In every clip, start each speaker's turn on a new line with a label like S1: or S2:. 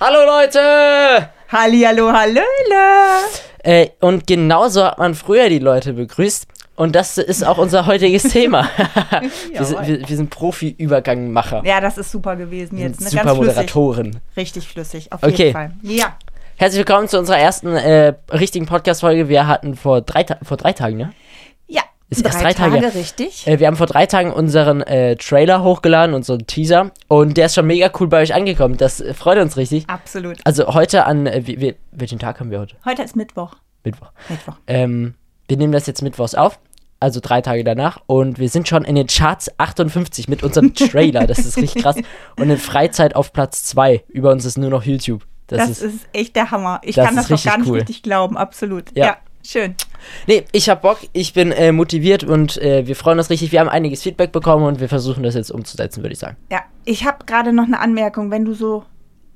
S1: Hallo Leute!
S2: Hallihallo, hallöle.
S1: Äh, und genauso hat man früher die Leute begrüßt. Und das ist auch unser heutiges Thema. wir, sind, wir, wir sind Profi-Übergangmacher.
S2: Ja, das ist super gewesen jetzt. Ne?
S1: Super
S2: Ganz flüssig.
S1: Moderatoren.
S2: Richtig flüssig, auf
S1: Okay.
S2: jeden Fall. Ja,
S1: Herzlich willkommen zu unserer ersten äh, richtigen Podcast-Folge. Wir hatten vor drei, Ta vor drei Tagen, ne?
S2: ja.
S1: Ist erst drei Tage.
S2: richtig.
S1: Äh, wir haben vor drei Tagen unseren äh, Trailer hochgeladen, unseren Teaser. Und der ist schon mega cool bei euch angekommen. Das äh, freut uns richtig.
S2: Absolut.
S1: Also heute an, äh, wie, wie, welchen Tag haben wir heute?
S2: Heute ist Mittwoch.
S1: Mittwoch.
S2: Mittwoch.
S1: Ähm, wir nehmen das jetzt mittwochs auf, also drei Tage danach. Und wir sind schon in den Charts 58 mit unserem Trailer. Das ist richtig krass. Und in Freizeit auf Platz 2. Über uns ist nur noch YouTube. Das,
S2: Das,
S1: ist.
S2: ist, echt der Hammer. Ich
S1: das
S2: kann
S1: ist
S2: das noch
S1: richtig
S2: gar nicht
S1: cool.
S2: richtig glauben, absolut.
S1: Ja.
S2: Ja, schön.
S1: Nee, ich hab Bock, ich bin äh, motiviert und äh, wir freuen uns richtig. Wir haben einiges Feedback bekommen und wir versuchen das jetzt umzusetzen, würde ich sagen.
S2: Ja, ich habe gerade noch eine Anmerkung. Wenn du so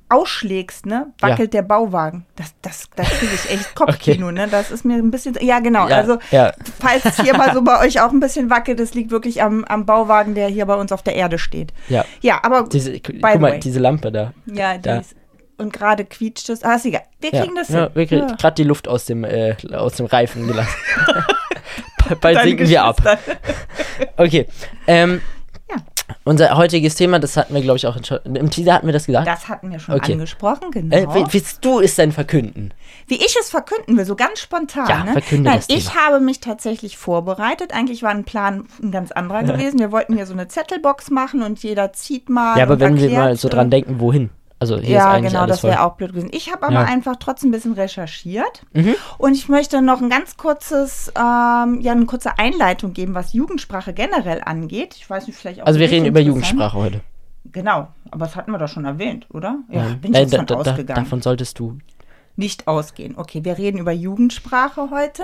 S2: ausschlägst, ne, wackelt der Bauwagen. Das, das, das kriege ich echt Kopfkino, ne? Das ist mir ein bisschen. Ja, genau.
S1: Ja,
S2: also,
S1: ja.
S2: falls es hier mal so bei euch auch ein bisschen wackelt, das liegt wirklich am, am Bauwagen, der hier bei uns auf der Erde steht.
S1: Ja.
S2: Ja, aber.
S1: Diese,
S2: by
S1: guck
S2: the
S1: mal,
S2: way.
S1: diese Lampe da.
S2: ja,
S1: da.
S2: dies. Und gerade quietscht es. Ah, ist egal. Wir
S1: Ja,
S2: kriegen das hin.
S1: ja, wir kriegen
S2: Ja.
S1: gerade die Luft aus dem, äh, aus dem Reifen gelassen. Bald
S2: Deine
S1: sinken wir ab.
S2: Geschwister.
S1: Okay. Ähm,
S2: Ja.
S1: Unser heutiges Thema, das hatten wir, glaube ich, auch in, schon- im Teaser hatten wir das gesagt.
S2: Das hatten wir schon
S1: Okay.
S2: angesprochen, genau.
S1: äh, wi- willst du es denn verkünden?
S2: Wie ich es verkünden will, so ganz spontan.
S1: Ja,
S2: ne?
S1: verkünde
S2: Nein,
S1: das
S2: ich
S1: Thema.
S2: habe mich tatsächlich vorbereitet. Eigentlich war ein Plan ein ganz anderer gewesen. Wir wollten hier so eine Zettelbox machen und jeder zieht mal.
S1: Ja, aber
S2: und
S1: wenn wir
S2: erklärt,
S1: mal so dran
S2: äh,
S1: denken, wohin? Also hier ist
S2: Ja,
S1: eigentlich
S2: genau,
S1: alles
S2: das
S1: voll.
S2: wäre auch blöd gewesen. Ich habe aber
S1: Ja. Mhm.
S2: einfach trotzdem ein bisschen recherchiert und ich möchte noch ein ganz kurzes, ähm, ja, eine kurze Einleitung geben, was Jugendsprache generell angeht. Ich weiß nicht, vielleicht auch.
S1: also wir
S2: für dich
S1: reden über
S2: interessant.
S1: Jugendsprache heute.
S2: Genau, aber das hatten wir doch schon erwähnt, oder? Ja,
S1: Nein,
S2: bin ich
S1: nein,
S2: jetzt
S1: Äh, da-
S2: von
S1: da- da-
S2: ausgegangen.
S1: davon solltest du.
S2: Nicht ausgehen. Okay, wir reden über Jugendsprache heute.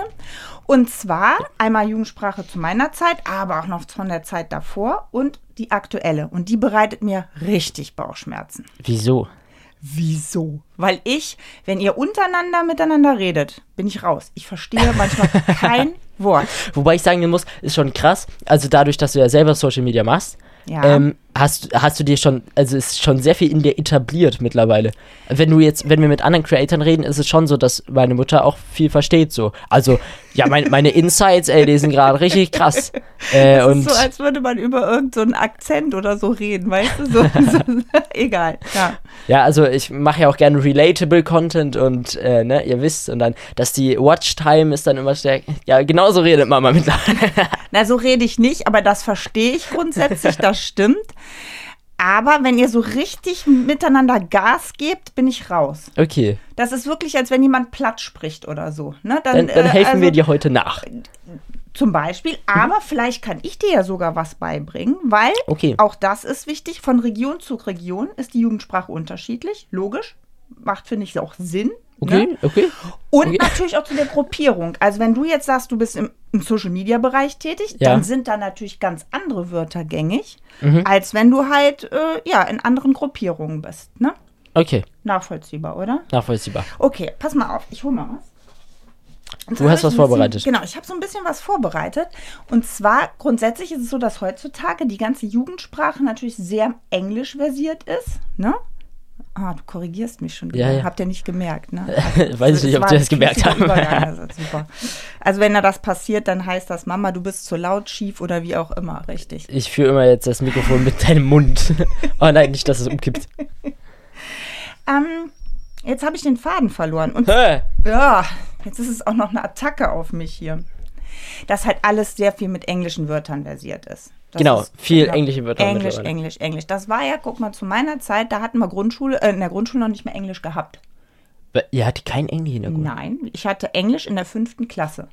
S2: Und zwar einmal Jugendsprache zu meiner Zeit, aber auch noch von der Zeit davor und die aktuelle. Und die bereitet mir richtig Bauchschmerzen.
S1: Wieso?
S2: Wieso? Weil ich, wenn ihr untereinander miteinander redet, bin ich raus. Ich verstehe manchmal kein Wort.
S1: Wobei ich sagen muss, ist schon krass. Also dadurch, dass du ja selber Social Media machst,
S2: Ja.
S1: ähm, hast, hast du dir schon, also ist schon sehr viel in dir etabliert mittlerweile. Wenn du jetzt, wenn wir mit anderen Creatoren reden, ist es schon so, dass meine Mutter auch viel versteht so. Also, ja, mein, meine Insights, ey, die sind gerade richtig krass. Äh, und
S2: so als würde man über irgendeinen so einen Akzent oder so reden, weißt du? So, so, egal. Ja.
S1: ja, also ich mache ja auch gerne relatable Content und äh, ne, ihr wisst, und dann, dass die Watchtime ist dann immer stärker. Ja, genauso redet Mama mittlerweile.
S2: Na, so rede ich nicht, aber das verstehe ich grundsätzlich, das stimmt. Aber wenn ihr so richtig miteinander Gas gebt, bin ich raus.
S1: Okay,
S2: Das ist wirklich, als wenn jemand platt spricht oder so. Ne?
S1: dann, dann
S2: äh,
S1: helfen
S2: also-
S1: wir dir heute nach.
S2: Zum Beispiel, aber vielleicht kann ich dir ja sogar was beibringen, weil
S1: Okay.
S2: auch das ist wichtig. Von Region zu Region ist die Jugendsprache unterschiedlich. Logisch. Macht, finde ich, auch Sinn.
S1: Okay,
S2: Ne?
S1: okay.
S2: Und
S1: okay.
S2: natürlich auch zu der Gruppierung. Also, wenn du jetzt sagst, du bist im, im Social-Media-Bereich tätig,
S1: Ja. Mhm.
S2: dann sind da natürlich ganz andere Wörter gängig, als wenn du halt äh, ja, in anderen Gruppierungen bist. Ne?
S1: Okay,
S2: Nachvollziehbar, oder?
S1: nachvollziehbar.
S2: Okay, pass mal auf, ich hole mal was. Und
S1: Du
S2: zwar
S1: hast was
S2: hab ich ein bisschen,
S1: vorbereitet.
S2: Genau, ich habe so ein bisschen was vorbereitet. Und zwar grundsätzlich ist es so, dass heutzutage die ganze Jugendsprache natürlich sehr englisch versiert ist. Ne? Ah, du korrigierst mich schon wieder.
S1: Ja, ja.
S2: Habt ihr nicht gemerkt, ne?
S1: Weiß ich nicht, ob
S2: war
S1: die das
S2: ein
S1: gemerkt
S2: fließender
S1: haben.
S2: Übergang, also super. Also wenn da das passiert, dann heißt das Mama, du bist zu laut, schief oder wie auch immer, richtig.
S1: Ich führe immer jetzt das Mikrofon mit deinem Mund. oh nein, nicht, dass es umkippt.
S2: Ähm, jetzt habe ich den Faden verloren. Und
S1: Hä?
S2: Ja, jetzt ist es auch noch eine Attacke auf mich hier. Dass halt alles sehr viel mit englischen Wörtern versiert ist. Das
S1: Genau,
S2: ist,
S1: viel englische Wörter
S2: Englisch,
S1: mittlerweile.
S2: Englisch, Englisch. Das war ja, guck mal, zu meiner Zeit, da hatten wir Grundschule, äh, in der Grundschule noch nicht mehr Englisch gehabt.
S1: Ihr hattet kein Englisch in der Gruppe.
S2: Nein, ich hatte Englisch in der fünften Klasse.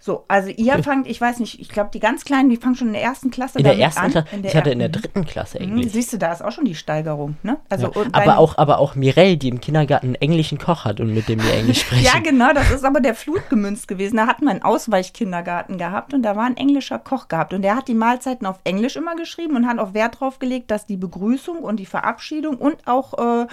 S2: So, also ihr fangt, ich weiß nicht, ich glaube, die ganz Kleinen, die fangen schon in der ersten Klasse
S1: In der
S2: damit
S1: ersten
S2: an.
S1: Klasse? Ich hatte in der
S2: ersten.
S1: dritten Klasse
S2: Mhm,
S1: Englisch.
S2: Siehst du, da ist auch schon die Steigerung, ne? Also, und dein-
S1: aber, auch, aber auch Mirelle, die im Kindergarten einen englischen Koch hat und mit dem wir Englisch sprechen.
S2: Ja, genau, das ist aber der Flut gemünzt gewesen. Da hatten wir einen Ausweichkindergarten gehabt und da war ein englischer Koch gehabt. Und der hat die Mahlzeiten auf Englisch immer geschrieben und hat auch Wert drauf gelegt, dass die Begrüßung und die Verabschiedung und auch äh,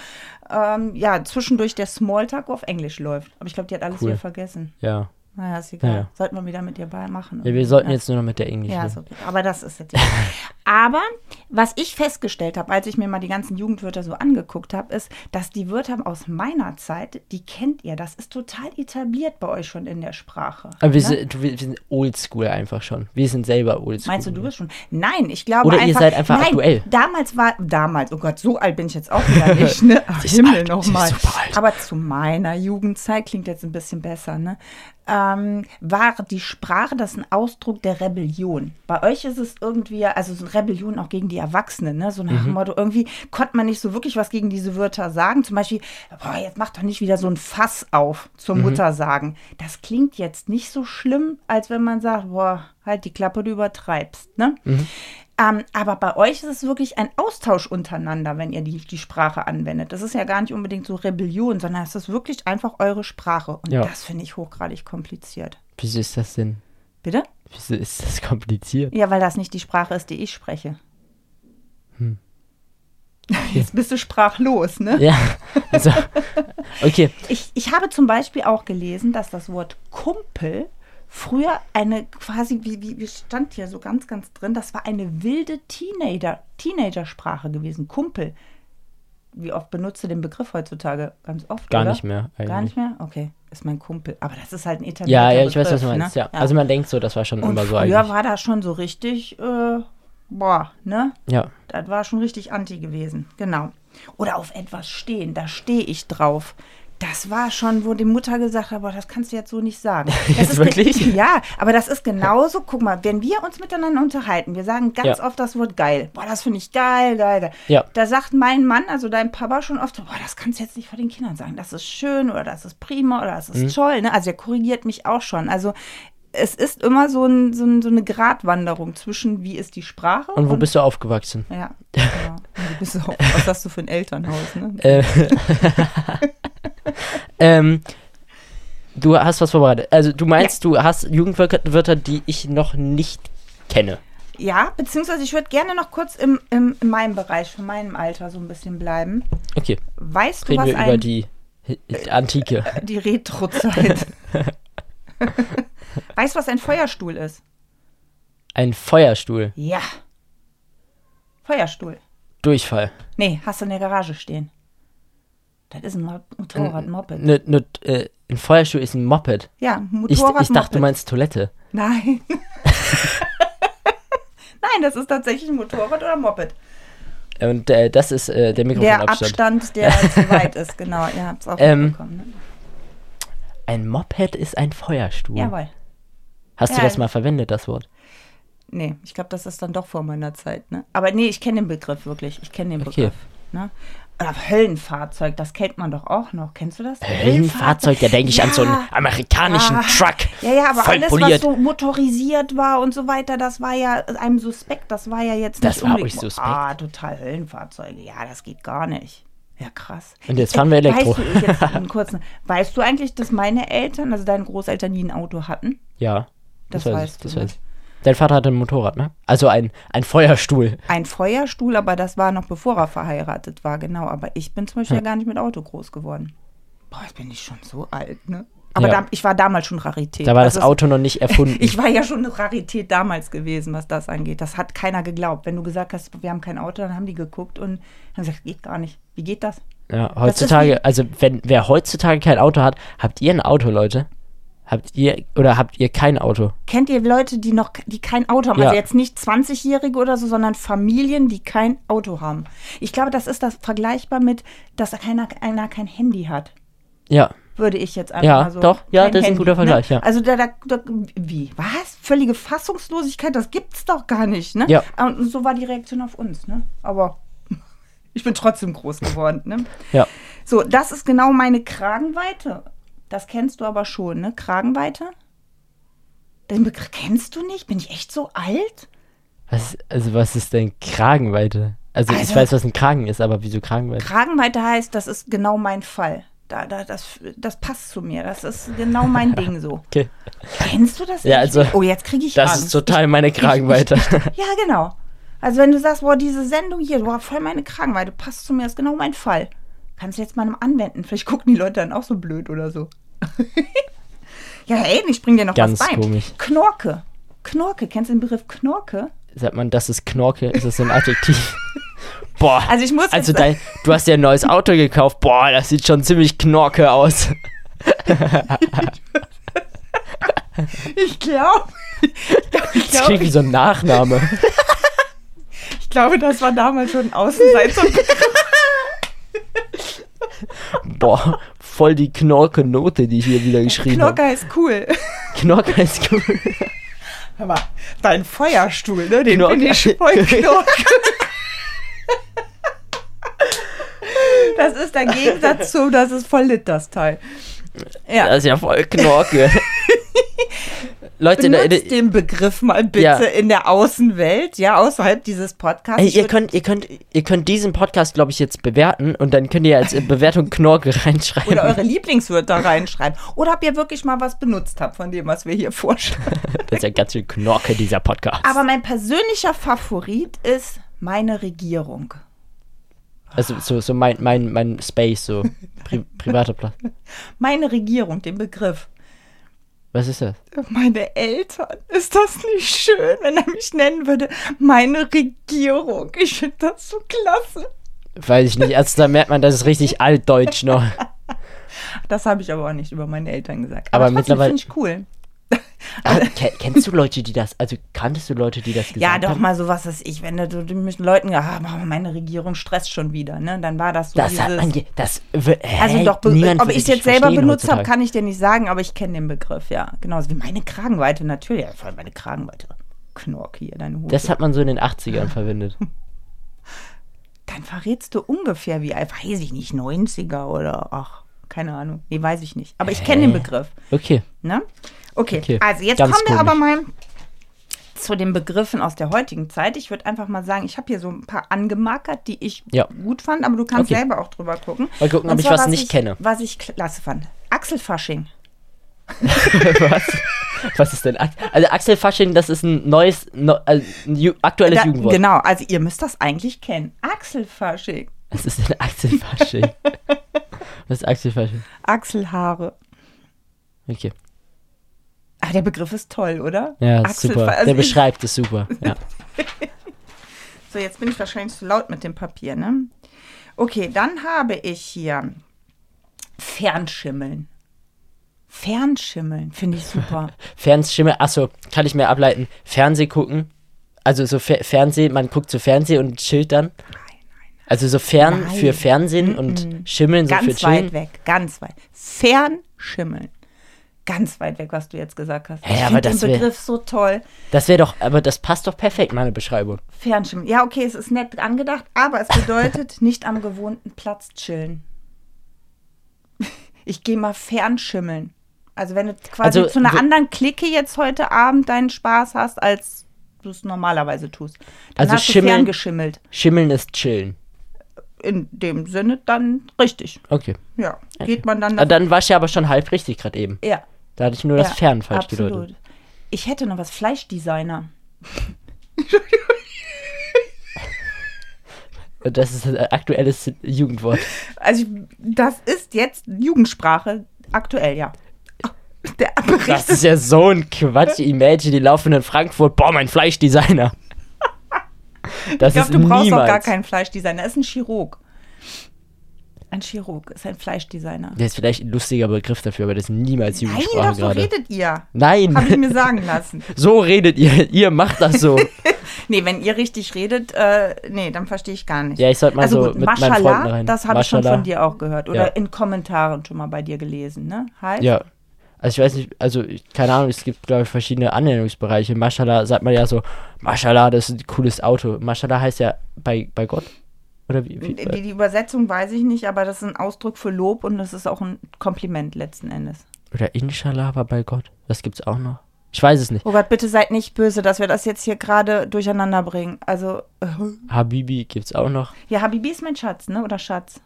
S2: ähm, ja, zwischendurch der Smalltalk auf Englisch läuft. Aber ich glaube, die hat alles
S1: Cool.
S2: wieder vergessen.
S1: Ja.
S2: Naja, ist egal.
S1: Naja.
S2: Sollten wir wieder mit dir bei machen.
S1: Ja, wir sollten jetzt nur noch mit der Englisch
S2: Ja,
S1: reden.
S2: so, aber das ist jetzt. aber was ich festgestellt habe, als ich mir mal die ganzen Jugendwörter so angeguckt habe, ist, dass die Wörter aus meiner Zeit, die kennt ihr, das ist total etabliert bei euch schon in der Sprache.
S1: Aber wir,
S2: ne?
S1: sind, du- wir sind oldschool einfach schon. Wir sind selber oldschool.
S2: Meinst du, du bist schon? Nein, ich glaube
S1: Oder ihr
S2: einfach.
S1: seid einfach
S2: nein,
S1: aktuell.
S2: Damals war, damals, oh Gott, so alt bin ich jetzt auch wieder nicht, ne? Ach,
S1: Sie ist
S2: Himmel
S1: alt, sie ist
S2: nochmal.
S1: super alt.
S2: Aber zu meiner Jugendzeit klingt jetzt ein bisschen besser, ne? Ähm, war die Sprache das ein Ausdruck der Rebellion? Bei euch ist es irgendwie, also so eine Rebellion auch gegen die Erwachsenen, ne? So nach
S1: Mhm.
S2: dem Motto, irgendwie konnte man nicht so wirklich was gegen diese Wörter sagen. Zum Beispiel, boah, jetzt mach doch nicht wieder so ein Fass auf
S1: Mhm.
S2: zur Mutter sagen. Das klingt jetzt nicht so schlimm, als wenn man sagt, boah, halt die Klappe, du übertreibst, ne?
S1: Mhm.
S2: Ähm, aber bei euch ist es wirklich ein Austausch untereinander, wenn ihr die, die Sprache anwendet. Das ist ja gar nicht unbedingt so Rebellion, sondern es ist wirklich einfach eure Sprache. Und
S1: Ja.
S2: das finde ich hochgradig kompliziert.
S1: Wieso ist das denn?
S2: Bitte?
S1: Wieso ist das kompliziert?
S2: Ja, weil das nicht die Sprache ist, die ich spreche. Jetzt bist du sprachlos, ne?
S1: Ja, also, okay.
S2: Ich, ich habe zum Beispiel auch gelesen, dass das Wort Kumpel früher eine quasi, wie, wie, wie stand hier so ganz, ganz drin, das war eine wilde Teenager, Teenager-Sprache gewesen. Kumpel. Wie oft benutzt du den Begriff heutzutage? Ganz oft.
S1: Gar
S2: oder?
S1: nicht mehr
S2: Gar nicht
S1: eigentlich.
S2: mehr? Okay, ist mein Kumpel. Aber das ist halt ein etablierter
S1: Ja, ja, ich
S2: Begriff,
S1: weiß, was du meinst.
S2: Ne?
S1: Ja. Also man denkt so, das war schon
S2: Und
S1: immer so
S2: früher
S1: eigentlich.
S2: war das schon so richtig, äh, boah, ne?
S1: Ja.
S2: Das war schon richtig anti gewesen, genau. Oder auf etwas stehen, da stehe ich drauf. Das war schon, wo die Mutter gesagt hat, boah, das kannst du jetzt so nicht sagen. Das
S1: Jetzt
S2: ge-
S1: wirklich?
S2: Ja, aber das ist genauso, guck mal, wenn wir uns miteinander unterhalten, wir sagen ganz
S1: Ja.
S2: oft das Wort geil. Boah, das finde ich geil, geil. geil.
S1: Ja.
S2: Da sagt mein Mann, also dein Papa schon oft, boah, das kannst du jetzt nicht vor den Kindern sagen. Das ist schön oder das ist prima oder das ist
S1: Mhm.
S2: toll. Ne? Also er korrigiert mich auch schon. Also es ist immer so, ein, so, ein, so eine Gratwanderung zwischen, wie ist die Sprache
S1: Und wo bist du aufgewachsen?
S2: ja, genau. Und Du bist auch, was hast du für ein Elternhaus, ne?
S1: Äh, ähm, du hast was vorbereitet. Also du meinst, du hast Jugendwörter, die ich noch nicht kenne.
S2: Ja, beziehungsweise ich würde gerne noch kurz im, im, in meinem Bereich, von meinem Alter so ein bisschen bleiben.
S1: Okay,
S2: Weißt du,
S1: reden
S2: was
S1: wir
S2: ein,
S1: über die Hi- Hi- Antike.
S2: die Retrozeit... weißt du, was ein Feuerstuhl ist?
S1: Ein Feuerstuhl.
S2: Ja. Feuerstuhl.
S1: Durchfall.
S2: Nee, hast du in der Garage stehen. Das ist ein Mo- Motorrad-Moped.
S1: Ne, ne, äh, ein Feuerstuhl ist ein Moped.
S2: Ja,
S1: Ich,
S2: Motorrad-Moped.
S1: ich dachte, du meinst Toilette.
S2: Nein. Nein, das ist tatsächlich ein Motorrad oder Moped.
S1: Und äh, das ist äh, der
S2: Der
S1: Mikrofonabstand.
S2: Abstand, der zu weit ist, genau. Ihr habt es auch
S1: Ähm,
S2: mitbekommen. Ne?
S1: Ein Moped ist ein Feuerstuhl.
S2: Jawohl.
S1: Hast du
S2: ja.
S1: das mal verwendet, das Wort?
S2: Nee, ich glaube, das ist dann doch vor meiner Zeit. Ne? Aber nee, ich kenne den Begriff wirklich. Ich kenne den
S1: Okay.
S2: Begriff. Ne? Oder Höllenfahrzeug, das kennt man doch auch noch. Kennst du das?
S1: Höllenfahrzeug, da denke ich an so einen
S2: Ja.
S1: amerikanischen
S2: Ah.
S1: Truck.
S2: Ja, ja, aber
S1: voll
S2: alles, was
S1: poliert.
S2: so motorisiert war und so weiter, das war ja einem suspekt. Das war ja jetzt
S1: Das
S2: nicht
S1: war
S2: unbedingt-
S1: euch suspekt?
S2: Ah, total Höllenfahrzeuge. Ja, das geht gar nicht. Ja, krass. Äh,
S1: Und jetzt fahren wir Elektro.
S2: Weißt du, jetzt einen kurzen, weißt du eigentlich, dass meine Eltern, also deine Großeltern, nie ein Auto hatten?
S1: Ja, das, weiß
S2: Das
S1: ich.
S2: weißt
S1: Das
S2: du,
S1: weiß ich. Dein Vater hatte ein Motorrad, ne? Also ein, ein Feuerstuhl.
S2: Ein Feuerstuhl, aber das war noch bevor er verheiratet war, genau. Aber ich bin zum Beispiel ja gar nicht mit Auto groß geworden. Boah, jetzt bin ich schon so alt, ne? Aber
S1: Ja.
S2: da, ich war damals schon Rarität.
S1: Da war
S2: Also
S1: das
S2: es-
S1: Auto noch nicht erfunden.
S2: Ich war ja schon eine Rarität damals gewesen, was das angeht. Das hat keiner geglaubt. Wenn du gesagt hast, wir haben kein Auto, dann haben die geguckt und haben gesagt, geht gar nicht. Wie geht das?
S1: ja,
S2: ist
S1: heutzutage, also wenn wer heutzutage kein Auto hat, habt ihr ein Auto, Leute? Habt ihr oder habt ihr kein Auto?
S2: Kennt ihr Leute, die noch die kein Auto haben?
S1: Ja.
S2: Also jetzt nicht 20-Jährige oder so, sondern Familien, die kein Auto haben. Ich glaube, das ist das vergleichbar mit, dass keiner, einer kein Handy hat.
S1: Ja.
S2: Würde ich jetzt einfach
S1: Ja,
S2: mal so.
S1: doch. Ja,
S2: kein
S1: das ist ein guter Vergleich, ja.
S2: Also da, da, da, wie? Was? Völlige Fassungslosigkeit, das gibt's doch gar nicht, ne?
S1: Ja.
S2: Und so war die Reaktion auf uns, ne? Aber ich bin trotzdem groß geworden, ne?
S1: Ja.
S2: So, das ist genau meine Kragenweite. Das kennst du aber schon, ne? Kragenweite? Den Begriff kennst du nicht? Bin ich echt so alt?
S1: Was, also was ist denn Kragenweite? Also, ich
S2: Also-
S1: weiß, was ein Kragen ist, aber wieso Kragenweite?
S2: Kragenweite heißt, das ist genau mein Fall. Da, da, das, das passt zu mir. Das ist genau mein Ding so.
S1: Okay.
S2: Kennst du das?
S1: Ja,
S2: nicht?
S1: also,
S2: Oh, jetzt kriege ich
S1: Das
S2: Angst.
S1: ist total meine Kragenweite.
S2: Ja, genau. Also wenn du sagst, boah, diese Sendung hier, boah, voll meine Kragenweite, passt zu mir, ist genau mein Fall. Kannst du jetzt mal einem anwenden. Vielleicht gucken die Leute dann auch so blöd oder so. Ja, Aiden, ich bring dir noch
S1: Ganz
S2: was bei.
S1: komisch.
S2: Knorke. Knorke, kennst du den Begriff Knorke?
S1: Sagt man, das ist Knorke, ist das so ein Adjektiv? Boah,
S2: Also ich muss
S1: also
S2: jetzt sagen-
S1: dein, du hast ja ein neues Auto gekauft. Boah, das sieht schon ziemlich Knorke aus.
S2: Ich glaube. Ich,
S1: Das
S2: glaub,
S1: klingt wie
S2: ich,
S1: so ein Nachname.
S2: ich glaube, das war damals schon ein Außenseiter.
S1: Boah, voll die Knorke-Note, die ich hier wieder geschrieben
S2: Knorke heißt cool.
S1: habe. Knorke ist cool.
S2: Hör mal, dein Feuerstuhl, ne? Den
S1: Knorke.
S2: bin ich voll Knorke. Das ist der Gegensatz zu, das ist voll lit, das Teil. Ja, also
S1: Das ist ja voll Knorke. Leute, da,
S2: benutzt den Begriff mal bitte
S1: Ja.
S2: in der Außenwelt, ja, außerhalb dieses Podcasts.
S1: Ey,
S2: Ich
S1: ihr,
S2: würd-
S1: könnt, ihr, könnt, ihr könnt diesen Podcast, glaube ich, jetzt bewerten und dann könnt ihr als Bewertung Knorke reinschreiben.
S2: oder eure Lieblingswörter reinschreiben. Oder ob ihr wirklich mal was benutzt habt von dem, was wir hier vorschlagen.
S1: das ist ja ganz schön Knorke, dieser Podcast.
S2: Aber mein persönlicher Favorit ist meine Regierung.
S1: also so, so mein, mein, mein Space, so pri privater Platz.
S2: Meine Regierung, den Begriff.
S1: Was ist das?
S2: Meine Eltern. Ist das nicht schön, wenn er mich nennen würde? Meine Regierung. Ich finde das so klasse.
S1: Weiß ich nicht. Also da merkt man, das ist richtig altdeutsch noch.
S2: Das habe ich aber auch nicht über meine Eltern gesagt.
S1: Aber mittlerweile-
S2: finde ich cool.
S1: Ah, ke- kennst du Leute, die das, also kanntest du Leute, die das gesagt
S2: Ja, doch
S1: haben?
S2: mal sowas ist ich, wenn du du mit Leuten, ah, meine Regierung stresst schon wieder, ne? Dann war das so
S1: Das hat
S2: dieses
S1: man, ge- das, w- hä?
S2: Also doch, be-
S1: Niemand
S2: ob
S1: würde
S2: ich es
S1: dich
S2: jetzt selber
S1: verstehen
S2: benutzt habe,
S1: heutzutage.
S2: kann ich dir nicht sagen, aber ich kenne den Begriff, ja. Genauso wie meine Kragenweite, natürlich. Ja, voll meine Kragenweite. Knork hier, deine Hose.
S1: Das hat man so in den 80ern verwendet.
S2: Dann verrätst du ungefähr wie alt, weiß ich nicht, 90er oder ach, keine Ahnung. Nee, weiß ich nicht. Aber ich kenne den
S1: Hä?
S2: Begriff.
S1: Okay.
S2: Ne? Okay.
S1: Okay,
S2: also jetzt
S1: ganz
S2: kommen wir aber
S1: komisch.
S2: mal zu den Begriffen aus der heutigen Zeit. Ich würde einfach mal sagen, ich habe hier so ein paar angemarkert, die ich
S1: Ja.
S2: gut fand, aber du kannst
S1: Okay.
S2: selber auch drüber gucken.
S1: Mal gucken,
S2: Und
S1: ob ich
S2: zwar,
S1: was nicht kenne.
S2: Was ich klasse fand. Achselfasching.
S1: Was ist denn Axel? Also Axel Fasching, das ist ein neues, neu- also ein ju aktuelles
S2: Da,
S1: Jugendwort.
S2: genau, also ihr müsst das eigentlich kennen. Achselfasching.
S1: Was ist denn Axel Fasching? Was ist Axel Fasching?
S2: Achselhaare.
S1: Okay.
S2: Ah, der Begriff ist toll, oder?
S1: Ja, ist
S2: Achselfa-
S1: super.
S2: also
S1: Der
S2: ich-
S1: beschreibt es super. Ja.
S2: So, jetzt bin ich wahrscheinlich zu laut mit dem Papier, ne? Okay, dann habe ich hier Fernschimmeln. Fernschimmeln finde ich super.
S1: Fernschimmel, achso, kann ich mir ableiten. Fernseh gucken. Also so Fe Fernseh, man guckt zu Fernseh und chillt dann. Also so fern
S2: Nein.
S1: für Fernsehen und Schimmeln so für
S2: ganz
S1: Chillen.
S2: weit weg, ganz weit. Fernschimmeln. Ganz weit weg, was du jetzt gesagt hast.
S1: Hä,
S2: ich
S1: aber
S2: finde den
S1: das wär-
S2: Begriff so toll.
S1: Das wäre doch, aber das passt doch perfekt, meine Beschreibung.
S2: Fernschimmeln. Ja, okay, es ist nett angedacht, aber es bedeutet nicht am gewohnten Platz chillen. Ich gehe mal fernschimmeln. Also wenn du quasi
S1: Also,
S2: zu einer
S1: so-
S2: anderen Clique jetzt heute Abend deinen Spaß hast, als du es normalerweise tust. Dann
S1: Also
S2: hast du
S1: schimmeln-
S2: ferngeschimmelt.
S1: Schimmeln ist Chillen.
S2: In dem Sinne dann richtig.
S1: Okay.
S2: Ja, geht man dann
S1: Ah, Dann war ich ja aber schon halb richtig gerade eben.
S2: ja,
S1: Da hatte ich nur das
S2: ja,
S1: Fern falsch
S2: absolut.
S1: gedeutet.
S2: Ich hätte noch was Fleischdesigner.
S1: Und Das ist ein aktuelles Jugendwort.
S2: Also ich, das ist jetzt Jugendsprache aktuell, ja.
S1: Äh,
S2: Ah, Der Bericht
S1: Das ist ja so ein Quatsch. Imagine, die laufen in Frankfurt. Boah, mein Fleischdesigner. Das
S2: Ich
S1: ist
S2: glaube, du brauchst
S1: niemals.
S2: auch gar keinen Fleischdesigner. Er ist ein Chirurg. Ein Chirurg ist ein Fleischdesigner.
S1: Das ist vielleicht ein lustiger Begriff dafür, aber das ist niemals
S2: Nein,
S1: Jugendsprache
S2: doch, so
S1: gerade.
S2: redet ihr. Habe ich
S1: Nein,
S2: mir sagen lassen.
S1: so redet ihr. Ihr macht das so.
S2: Nee, wenn ihr richtig redet, äh, nee, dann verstehe ich gar nicht.
S1: Ja, ich sollte mal
S2: also
S1: so
S2: gut,
S1: mit meinen
S2: Maschallah,
S1: Freunden rein.
S2: das habe ich schon
S1: Maschallah.
S2: von dir auch gehört. Oder
S1: Ja.
S2: in Kommentaren schon mal bei dir gelesen, ne? Heißt,
S1: ja. Also ich weiß nicht, also ich, keine Ahnung, es gibt glaube ich verschiedene Anwendungsbereiche. Maschallah sagt man ja so, Maschallah, das ist ein cooles Auto. Maschallah heißt ja bei, bei Gott. Oder wie? wie
S2: Die, die Übersetzung weiß ich nicht, aber das ist ein Ausdruck für Lob und das ist auch ein Kompliment letzten Endes.
S1: Oder Inshallah war bei Gott. Das gibt's auch noch. Ich weiß es nicht.
S2: Robert, Oh bitte seid nicht böse, dass wir das jetzt hier gerade durcheinander bringen. Also, äh,
S1: Habibi gibt's auch noch.
S2: Ja, Habibi ist mein Schatz, ne? Oder Schatz.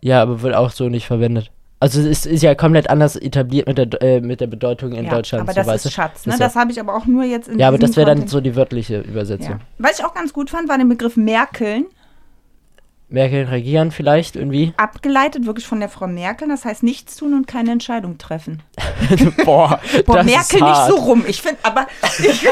S1: Ja, aber wird auch so nicht verwendet. Also es ist, ist ja komplett anders etabliert mit der, äh, mit der Bedeutung in
S2: ja,
S1: Deutschland.
S2: aber
S1: so,
S2: das
S1: weißt du?
S2: ist Schatz, ne?
S1: Ist ja-
S2: Das habe ich aber auch nur jetzt in
S1: ja, aber
S2: diesem
S1: das wäre dann
S2: Kontext-
S1: so die wörtliche Übersetzung.
S2: Ja. Was ich auch ganz gut fand, war den Begriff Merkeln.
S1: Merkel regieren vielleicht irgendwie.
S2: Abgeleitet wirklich von der Frau Merkel, das heißt nichts tun und keine Entscheidung treffen.
S1: Boah,
S2: Boah,
S1: das
S2: Merkel
S1: ist hart.
S2: nicht so rum. Ich finde, aber ich,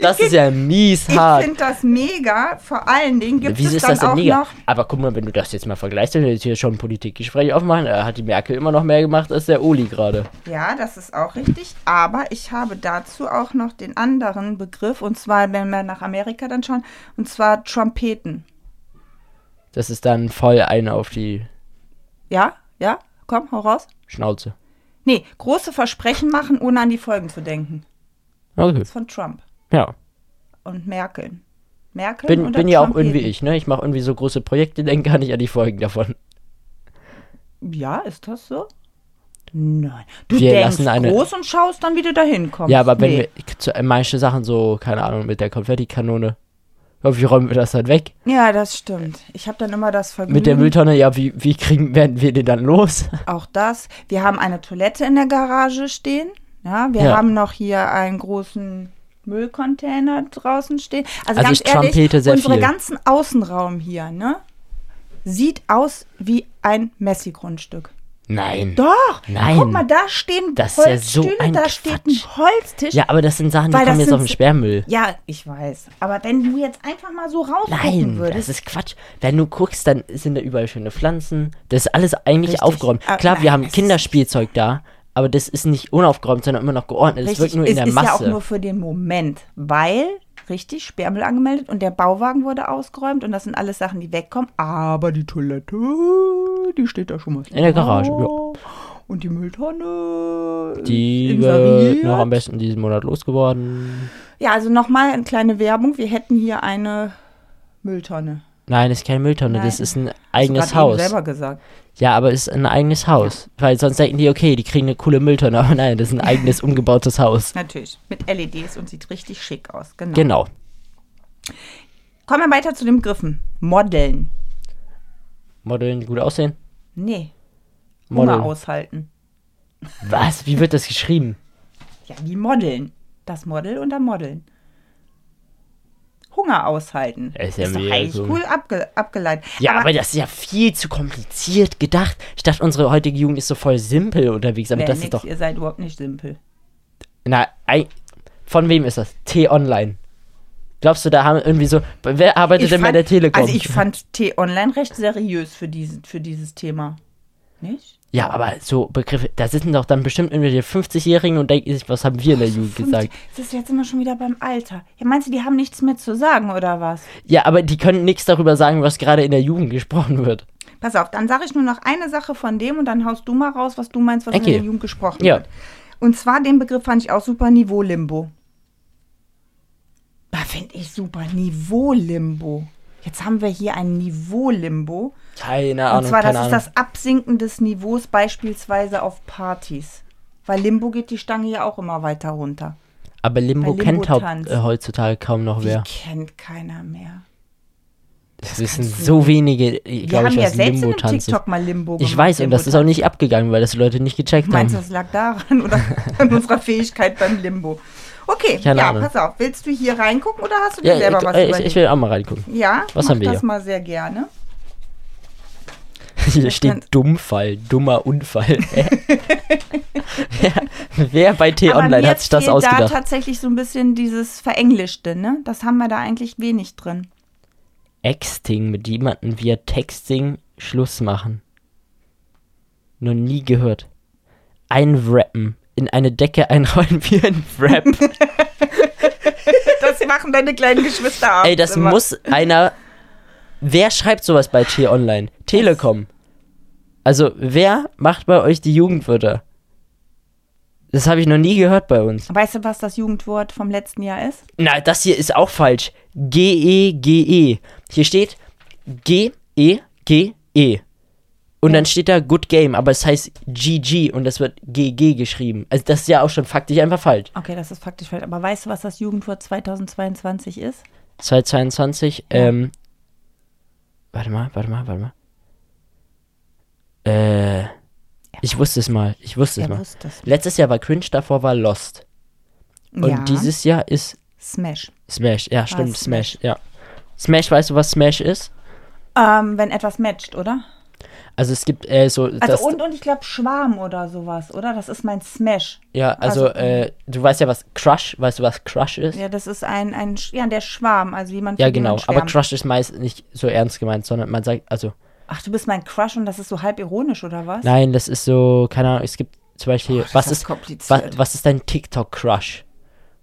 S1: Das ist ja mies
S2: ich
S1: hart.
S2: finde das mega. Vor allen Dingen gibt
S1: Wieso
S2: es
S1: ist
S2: dann
S1: das denn
S2: auch
S1: mega?
S2: noch.
S1: Aber guck mal, wenn du das jetzt mal vergleichst, wenn wir jetzt hier schon ein Politikgespräch aufmachen, äh, hat die Merkel immer noch mehr gemacht als der Oli gerade.
S2: Ja, das ist auch richtig. Aber ich habe dazu auch noch den anderen Begriff, und zwar, wenn wir nach Amerika dann schauen, und zwar Trompeten.
S1: Das ist dann voll ein auf die
S2: Ja, ja, komm, hau raus.
S1: Schnauze.
S2: Nee, große Versprechen machen, ohne an die Folgen zu denken.
S1: Okay,
S2: Das ist von Trump
S1: ja.
S2: und Merkel. Merkel
S1: Bin,
S2: und
S1: bin ja auch irgendwie ich, ne? Ich mache irgendwie so große Projekte, denke gar nicht an die Folgen davon.
S2: Ja, ist das so? Nein. Du
S1: Wir
S2: denkst
S1: lassen eine-
S2: groß und schaust dann, wie du da hinkommst.
S1: Ja, aber wenn
S2: nee.
S1: wir zu, äh, manche Sachen so, keine Ahnung, mit der Konfettikanone, ja, wie räumen wir das dann weg?
S2: Ja, das stimmt. Ich habe dann immer das Vergnügen.
S1: Mit der Mülltonne, ja, wie, wie kriegen, werden wir den dann los?
S2: Auch das. Wir haben eine Toilette in der Garage stehen. Ja, wir
S1: Ja.
S2: haben noch hier einen großen Müllcontainer draußen stehen. Also,
S1: Also
S2: ganz
S1: ich
S2: ehrlich,
S1: trompete sehr
S2: unsere
S1: viel.
S2: ganzen Außenraum hier, ne? Sieht aus wie ein Messi-Grundstück.
S1: Nein.
S2: Doch!
S1: Nein.
S2: Guck mal, da stehen
S1: Das ist ja so
S2: Holzstühle,
S1: ein
S2: da steht ein
S1: Quatsch.
S2: Holztisch.
S1: Ja, aber das sind Sachen, die
S2: Weil das
S1: kommen jetzt
S2: sind
S1: auf den
S2: so-
S1: Sperrmüll.
S2: Ja, ich weiß. Aber wenn du jetzt einfach mal so rausgucken
S1: Nein, das
S2: würdest.
S1: ist Quatsch. Wenn du guckst, dann sind da überall schöne Pflanzen. Das ist alles eigentlich
S2: Richtig.
S1: aufgeräumt.
S2: Ah,
S1: Klar,
S2: nein,
S1: wir haben
S2: es ist
S1: Kinderspielzeug da, aber das ist nicht unaufgeräumt, sondern immer noch geordnet. Es wird nur in
S2: es
S1: der
S2: ist ja auch
S1: Masse.
S2: nur für den Moment, weil richtig Sperrmüll angemeldet und der Bauwagen wurde ausgeräumt und das sind alles Sachen, die wegkommen. Aber die Toilette, die steht da schon mal
S1: In der Garage,
S2: Und die Mülltonne ist
S1: die
S2: inseriert.
S1: wird noch am besten diesen Monat losgeworden.
S2: Ja, also nochmal eine kleine Werbung. Wir hätten hier eine Mülltonne.
S1: Nein, das ist keine Mülltonne, das
S2: Nein.
S1: ist ein
S2: Hast du
S1: eigenes
S2: gerade eben
S1: Haus.
S2: selber gesagt.
S1: Ja, aber es ist ein eigenes Haus. Weil sonst denken die, okay, die kriegen eine coole Mülltonne, aber nein, das ist ein eigenes umgebautes Haus.
S2: Natürlich, mit LEDs und sieht richtig schick aus. Genau.
S1: Genau.
S2: Kommen wir weiter zu den Begriffen. Modeln.
S1: Modeln, gut aussehen.
S2: Nee, Hunger
S1: Modeln.
S2: aushalten.
S1: Was? Wie wird das geschrieben?
S2: Ja, wie modeln. Das Model unter Modeln. Hunger aushalten.
S1: Ist ja
S2: doch
S1: mega
S2: eigentlich
S1: dumm.
S2: cool abge abgeleitet.
S1: Ja, aber, das ist ja viel zu kompliziert gedacht. Ich dachte, unsere heutige Jugend ist so voll simpel unterwegs, aber
S2: wär
S1: das
S2: nix,
S1: ist doch.
S2: ihr seid überhaupt nicht simpel.
S1: Na, ei- von wem ist das? T-Online. Glaubst du, da haben irgendwie so. Wer arbeitet denn bei der Telekom?
S2: Also ich fand T-Online recht seriös für, diesen, für dieses Thema. Nicht?
S1: ja, aber so Begriffe, da sitzen doch dann bestimmt irgendwelche 50-Jährigen und denken sich, was haben wir in der Jugend gesagt?
S2: Das ist jetzt immer schon wieder beim Alter. Ja, meinst du, die haben nichts mehr zu sagen oder was?
S1: Ja, aber die können nichts darüber sagen, was gerade in der Jugend gesprochen wird.
S2: Pass auf, dann sage ich nur noch eine Sache von dem und dann haust du mal raus, was du meinst, was in
S1: Okay.
S2: der Jugend gesprochen
S1: Ja.
S2: wird. Und zwar den Begriff fand ich auch super, Niveau-Limbo. Da finde ich super, Niveau-Limbo. Jetzt haben wir hier ein Niveau-Limbo.
S1: Keine
S2: Und
S1: Ahnung.
S2: zwar, das
S1: keine
S2: ist
S1: Ahnung.
S2: das Absinken des Niveaus beispielsweise auf Partys. Weil Limbo geht die Stange ja auch immer weiter runter.
S1: aber Limbo,
S2: bei
S1: kennt hau-
S2: Limbo-Tanz.
S1: äh, heutzutage kaum noch
S2: Die
S1: wer.
S2: kennt keiner mehr.
S1: Das wissen so wenige, ich
S2: Wir
S1: glaube
S2: haben
S1: ich,
S2: ja
S1: was
S2: selbst in
S1: Limbo
S2: dem
S1: tanzt.
S2: TikTok mal Limbo gemacht.
S1: Ich weiß, und das ist auch nicht abgegangen, weil das die Leute nicht gecheckt haben.
S2: Meinst du, das lag daran oder an unserer Fähigkeit beim Limbo? Okay,
S1: Keine
S2: ja,
S1: Ahnung.
S2: pass auf. Willst du hier reingucken oder hast du dir
S1: Ja,
S2: selber was
S1: ich, ich,
S2: überlegt?
S1: ich will auch mal reingucken.
S2: ja,
S1: Was
S2: mach
S1: haben wir
S2: das
S1: hier?
S2: mal sehr gerne.
S1: Hier
S2: Ich kann-
S1: steht Dummfall, dummer Unfall. Hä? wer, wer bei
S2: Aber
S1: T-Online
S2: mir
S1: hat sich das
S2: fehlt da
S1: ausgedacht?
S2: tatsächlich so ein bisschen dieses Verenglischte, ne? Das haben wir da eigentlich wenig drin.
S1: Exting, mit jemandem via Texting Schluss machen. Noch nie gehört. Einwrappen. In eine Decke einrollen wie ein Wrap.
S2: Das machen deine kleinen Geschwister auch.
S1: Ey, das
S2: immer.
S1: muss einer. Wer schreibt sowas bei T-Online? Telekom. Also, wer macht bei euch die Jugendwörter? Das habe ich noch nie gehört bei uns.
S2: Weißt du, was das Jugendwort vom letzten Jahr ist?
S1: Na, das hier ist auch falsch. G-E-G-E. E. Hier steht G-E-G-E. E. Und dann steht da Good Game, aber es heißt GG und das wird GG geschrieben. Also, das ist ja auch schon faktisch einfach falsch.
S2: Okay, das ist faktisch falsch. Aber weißt du, was das Jugendwort 2022 ist?
S1: 222, ähm. Warte mal, warte mal, warte mal. Äh. Ich wusste es mal, ich wusste es
S2: Er
S1: mal.
S2: wusste es.
S1: Letztes Jahr war Cringe, davor war Lost. Und
S2: ja,
S1: dieses Jahr ist
S2: Smash.
S1: Smash. Ja, stimmt,
S2: Smash.
S1: Smash. ja. Smash, weißt du, was Smash ist?
S2: Ähm, wenn etwas matcht, oder?
S1: Also es gibt äh, so. das-
S2: Also und, und ich glaube Schwarm oder sowas, oder? Das ist mein Smash.
S1: Ja, also,
S2: also-
S1: äh, du weißt ja, was Crush, weißt du, was Crush ist? Ja,
S2: Ja, das ist ein, ein Sch- ja, der Schwarm, also jemand für den man
S1: genau. Aber
S2: schwärmt.
S1: Crush ist meist nicht so ernst gemeint, sondern man sagt, also,
S2: Ach, du bist mein Crush und das ist so halb ironisch, oder was?
S1: nein, das ist so, keine Ahnung, es gibt zum Beispiel,
S2: Oh, das
S1: was
S2: ist
S1: ist, was,
S2: kompliziert.
S1: was ist dein TikTok-Crush?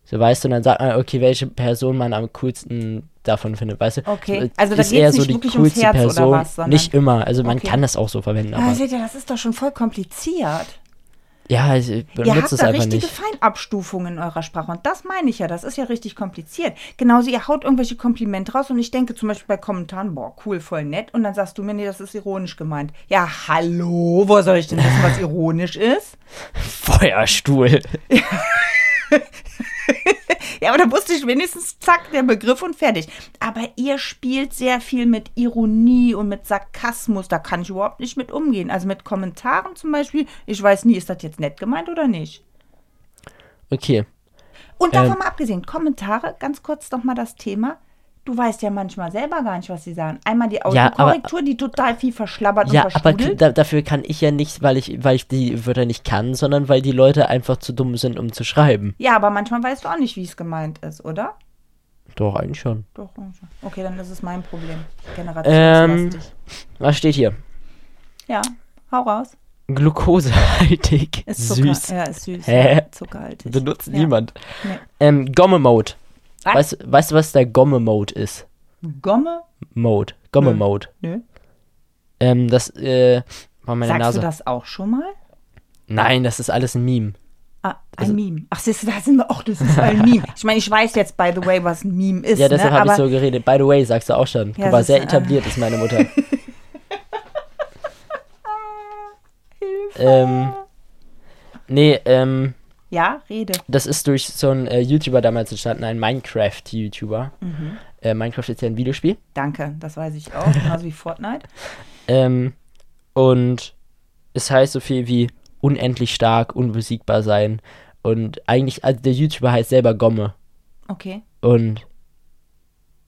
S1: So, weißt du, und dann sagt man, okay, welche Person man am coolsten davon findet, weißt du?
S2: Okay,
S1: So,
S2: also da
S1: ist
S2: geht's
S1: eher so
S2: nicht
S1: die
S2: wirklich ums
S1: coolste
S2: Herz oder
S1: Person.
S2: was, sondern-
S1: nicht immer, also man
S2: Okay.
S1: kann das auch so verwenden,
S2: Ah,
S1: aber
S2: seht ihr, das ist doch schon voll kompliziert.
S1: ja, ich ich
S2: Ihr
S1: benutze
S2: habt
S1: es
S2: da
S1: einfach
S2: richtige
S1: nicht.
S2: Feinabstufungen in eurer Sprache und das meine ich ja, das ist ja richtig kompliziert. Genauso, ihr haut irgendwelche Komplimente raus und ich denke zum Beispiel bei Kommentaren, boah, cool, voll nett und dann sagst du mir, nee, das ist ironisch gemeint. Ja, hallo, woher soll ich denn wissen, was ironisch ist?
S1: Feuerstuhl.
S2: Ja, aber da wusste ich wenigstens, zack, der Begriff und fertig. Aber ihr spielt sehr viel mit Ironie und mit Sarkasmus. Da kann ich überhaupt nicht mit umgehen. Also mit Kommentaren zum Beispiel. Ich weiß nie, ist das jetzt nett gemeint oder nicht?
S1: Okay.
S2: Und davon
S1: Ähm.
S2: mal abgesehen, Kommentare, ganz kurz nochmal das Thema. Du weißt ja manchmal selber gar nicht, was sie sagen. Einmal die
S1: aber-
S2: Autokorrektur, die total viel verschlabbert
S1: Ja,
S2: und
S1: aber
S2: verstrudelt.
S1: da, dafür kann ich ja nicht, weil ich, weil ich die Wörter nicht kann, sondern weil die Leute einfach zu dumm sind, um zu schreiben.
S2: ja, aber manchmal weißt du auch nicht, wie es gemeint ist, oder?
S1: Doch, eigentlich schon.
S2: Doch, okay, dann ist es mein Problem.
S1: Ähm.
S2: Generationslastig.
S1: Was steht hier?
S2: ja, hau raus.
S1: Glukosehaltig.
S2: Ist Zucker.
S1: Süß.
S2: Ja, halt. ist süß.
S1: Hä?
S2: Zuckerhaltig.
S1: Benutzt
S2: ja.
S1: niemand.
S2: Nee.
S1: Ähm, Gomme-Mode.
S2: Was?
S1: Weißt, du- weißt du, was der Gomme-Mode ist?
S2: Gomme?
S1: Mode.
S2: Hm.
S1: Gomme-Mode.
S2: Nö.
S1: Ähm, das, äh, war meine
S2: Sagst
S1: Nase.
S2: du das auch schon mal?
S1: Nein, das ist alles ein Meme.
S2: Ah, ein
S1: Also
S2: Meme. Ach, siehst du, da sind wir auch, das ist ein Meme. Ich meine, ich weiß jetzt, by the way, was ein Meme ist.
S1: Ja, deshalb
S2: ne?
S1: habe ich
S2: Aber
S1: so geredet. By the way, sagst du auch schon.
S2: Ja,
S1: Guck mal,
S2: das ist,
S1: sehr
S2: äh,
S1: etabliert ist meine Mutter.
S2: Hilfe.
S1: ähm, nee, ähm,
S2: Ja, rede.
S1: Das ist durch so einen äh, YouTuber damals entstanden, einen Minecraft-YouTuber.
S2: Mhm.
S1: Äh, Minecraft ist ja ein Videospiel.
S2: Danke, das weiß ich auch. Genauso wie Fortnite.
S1: Ähm, und es heißt so viel wie unendlich stark, unbesiegbar sein. Und eigentlich, also der YouTuber heißt selber Gomme.
S2: Okay.
S1: Und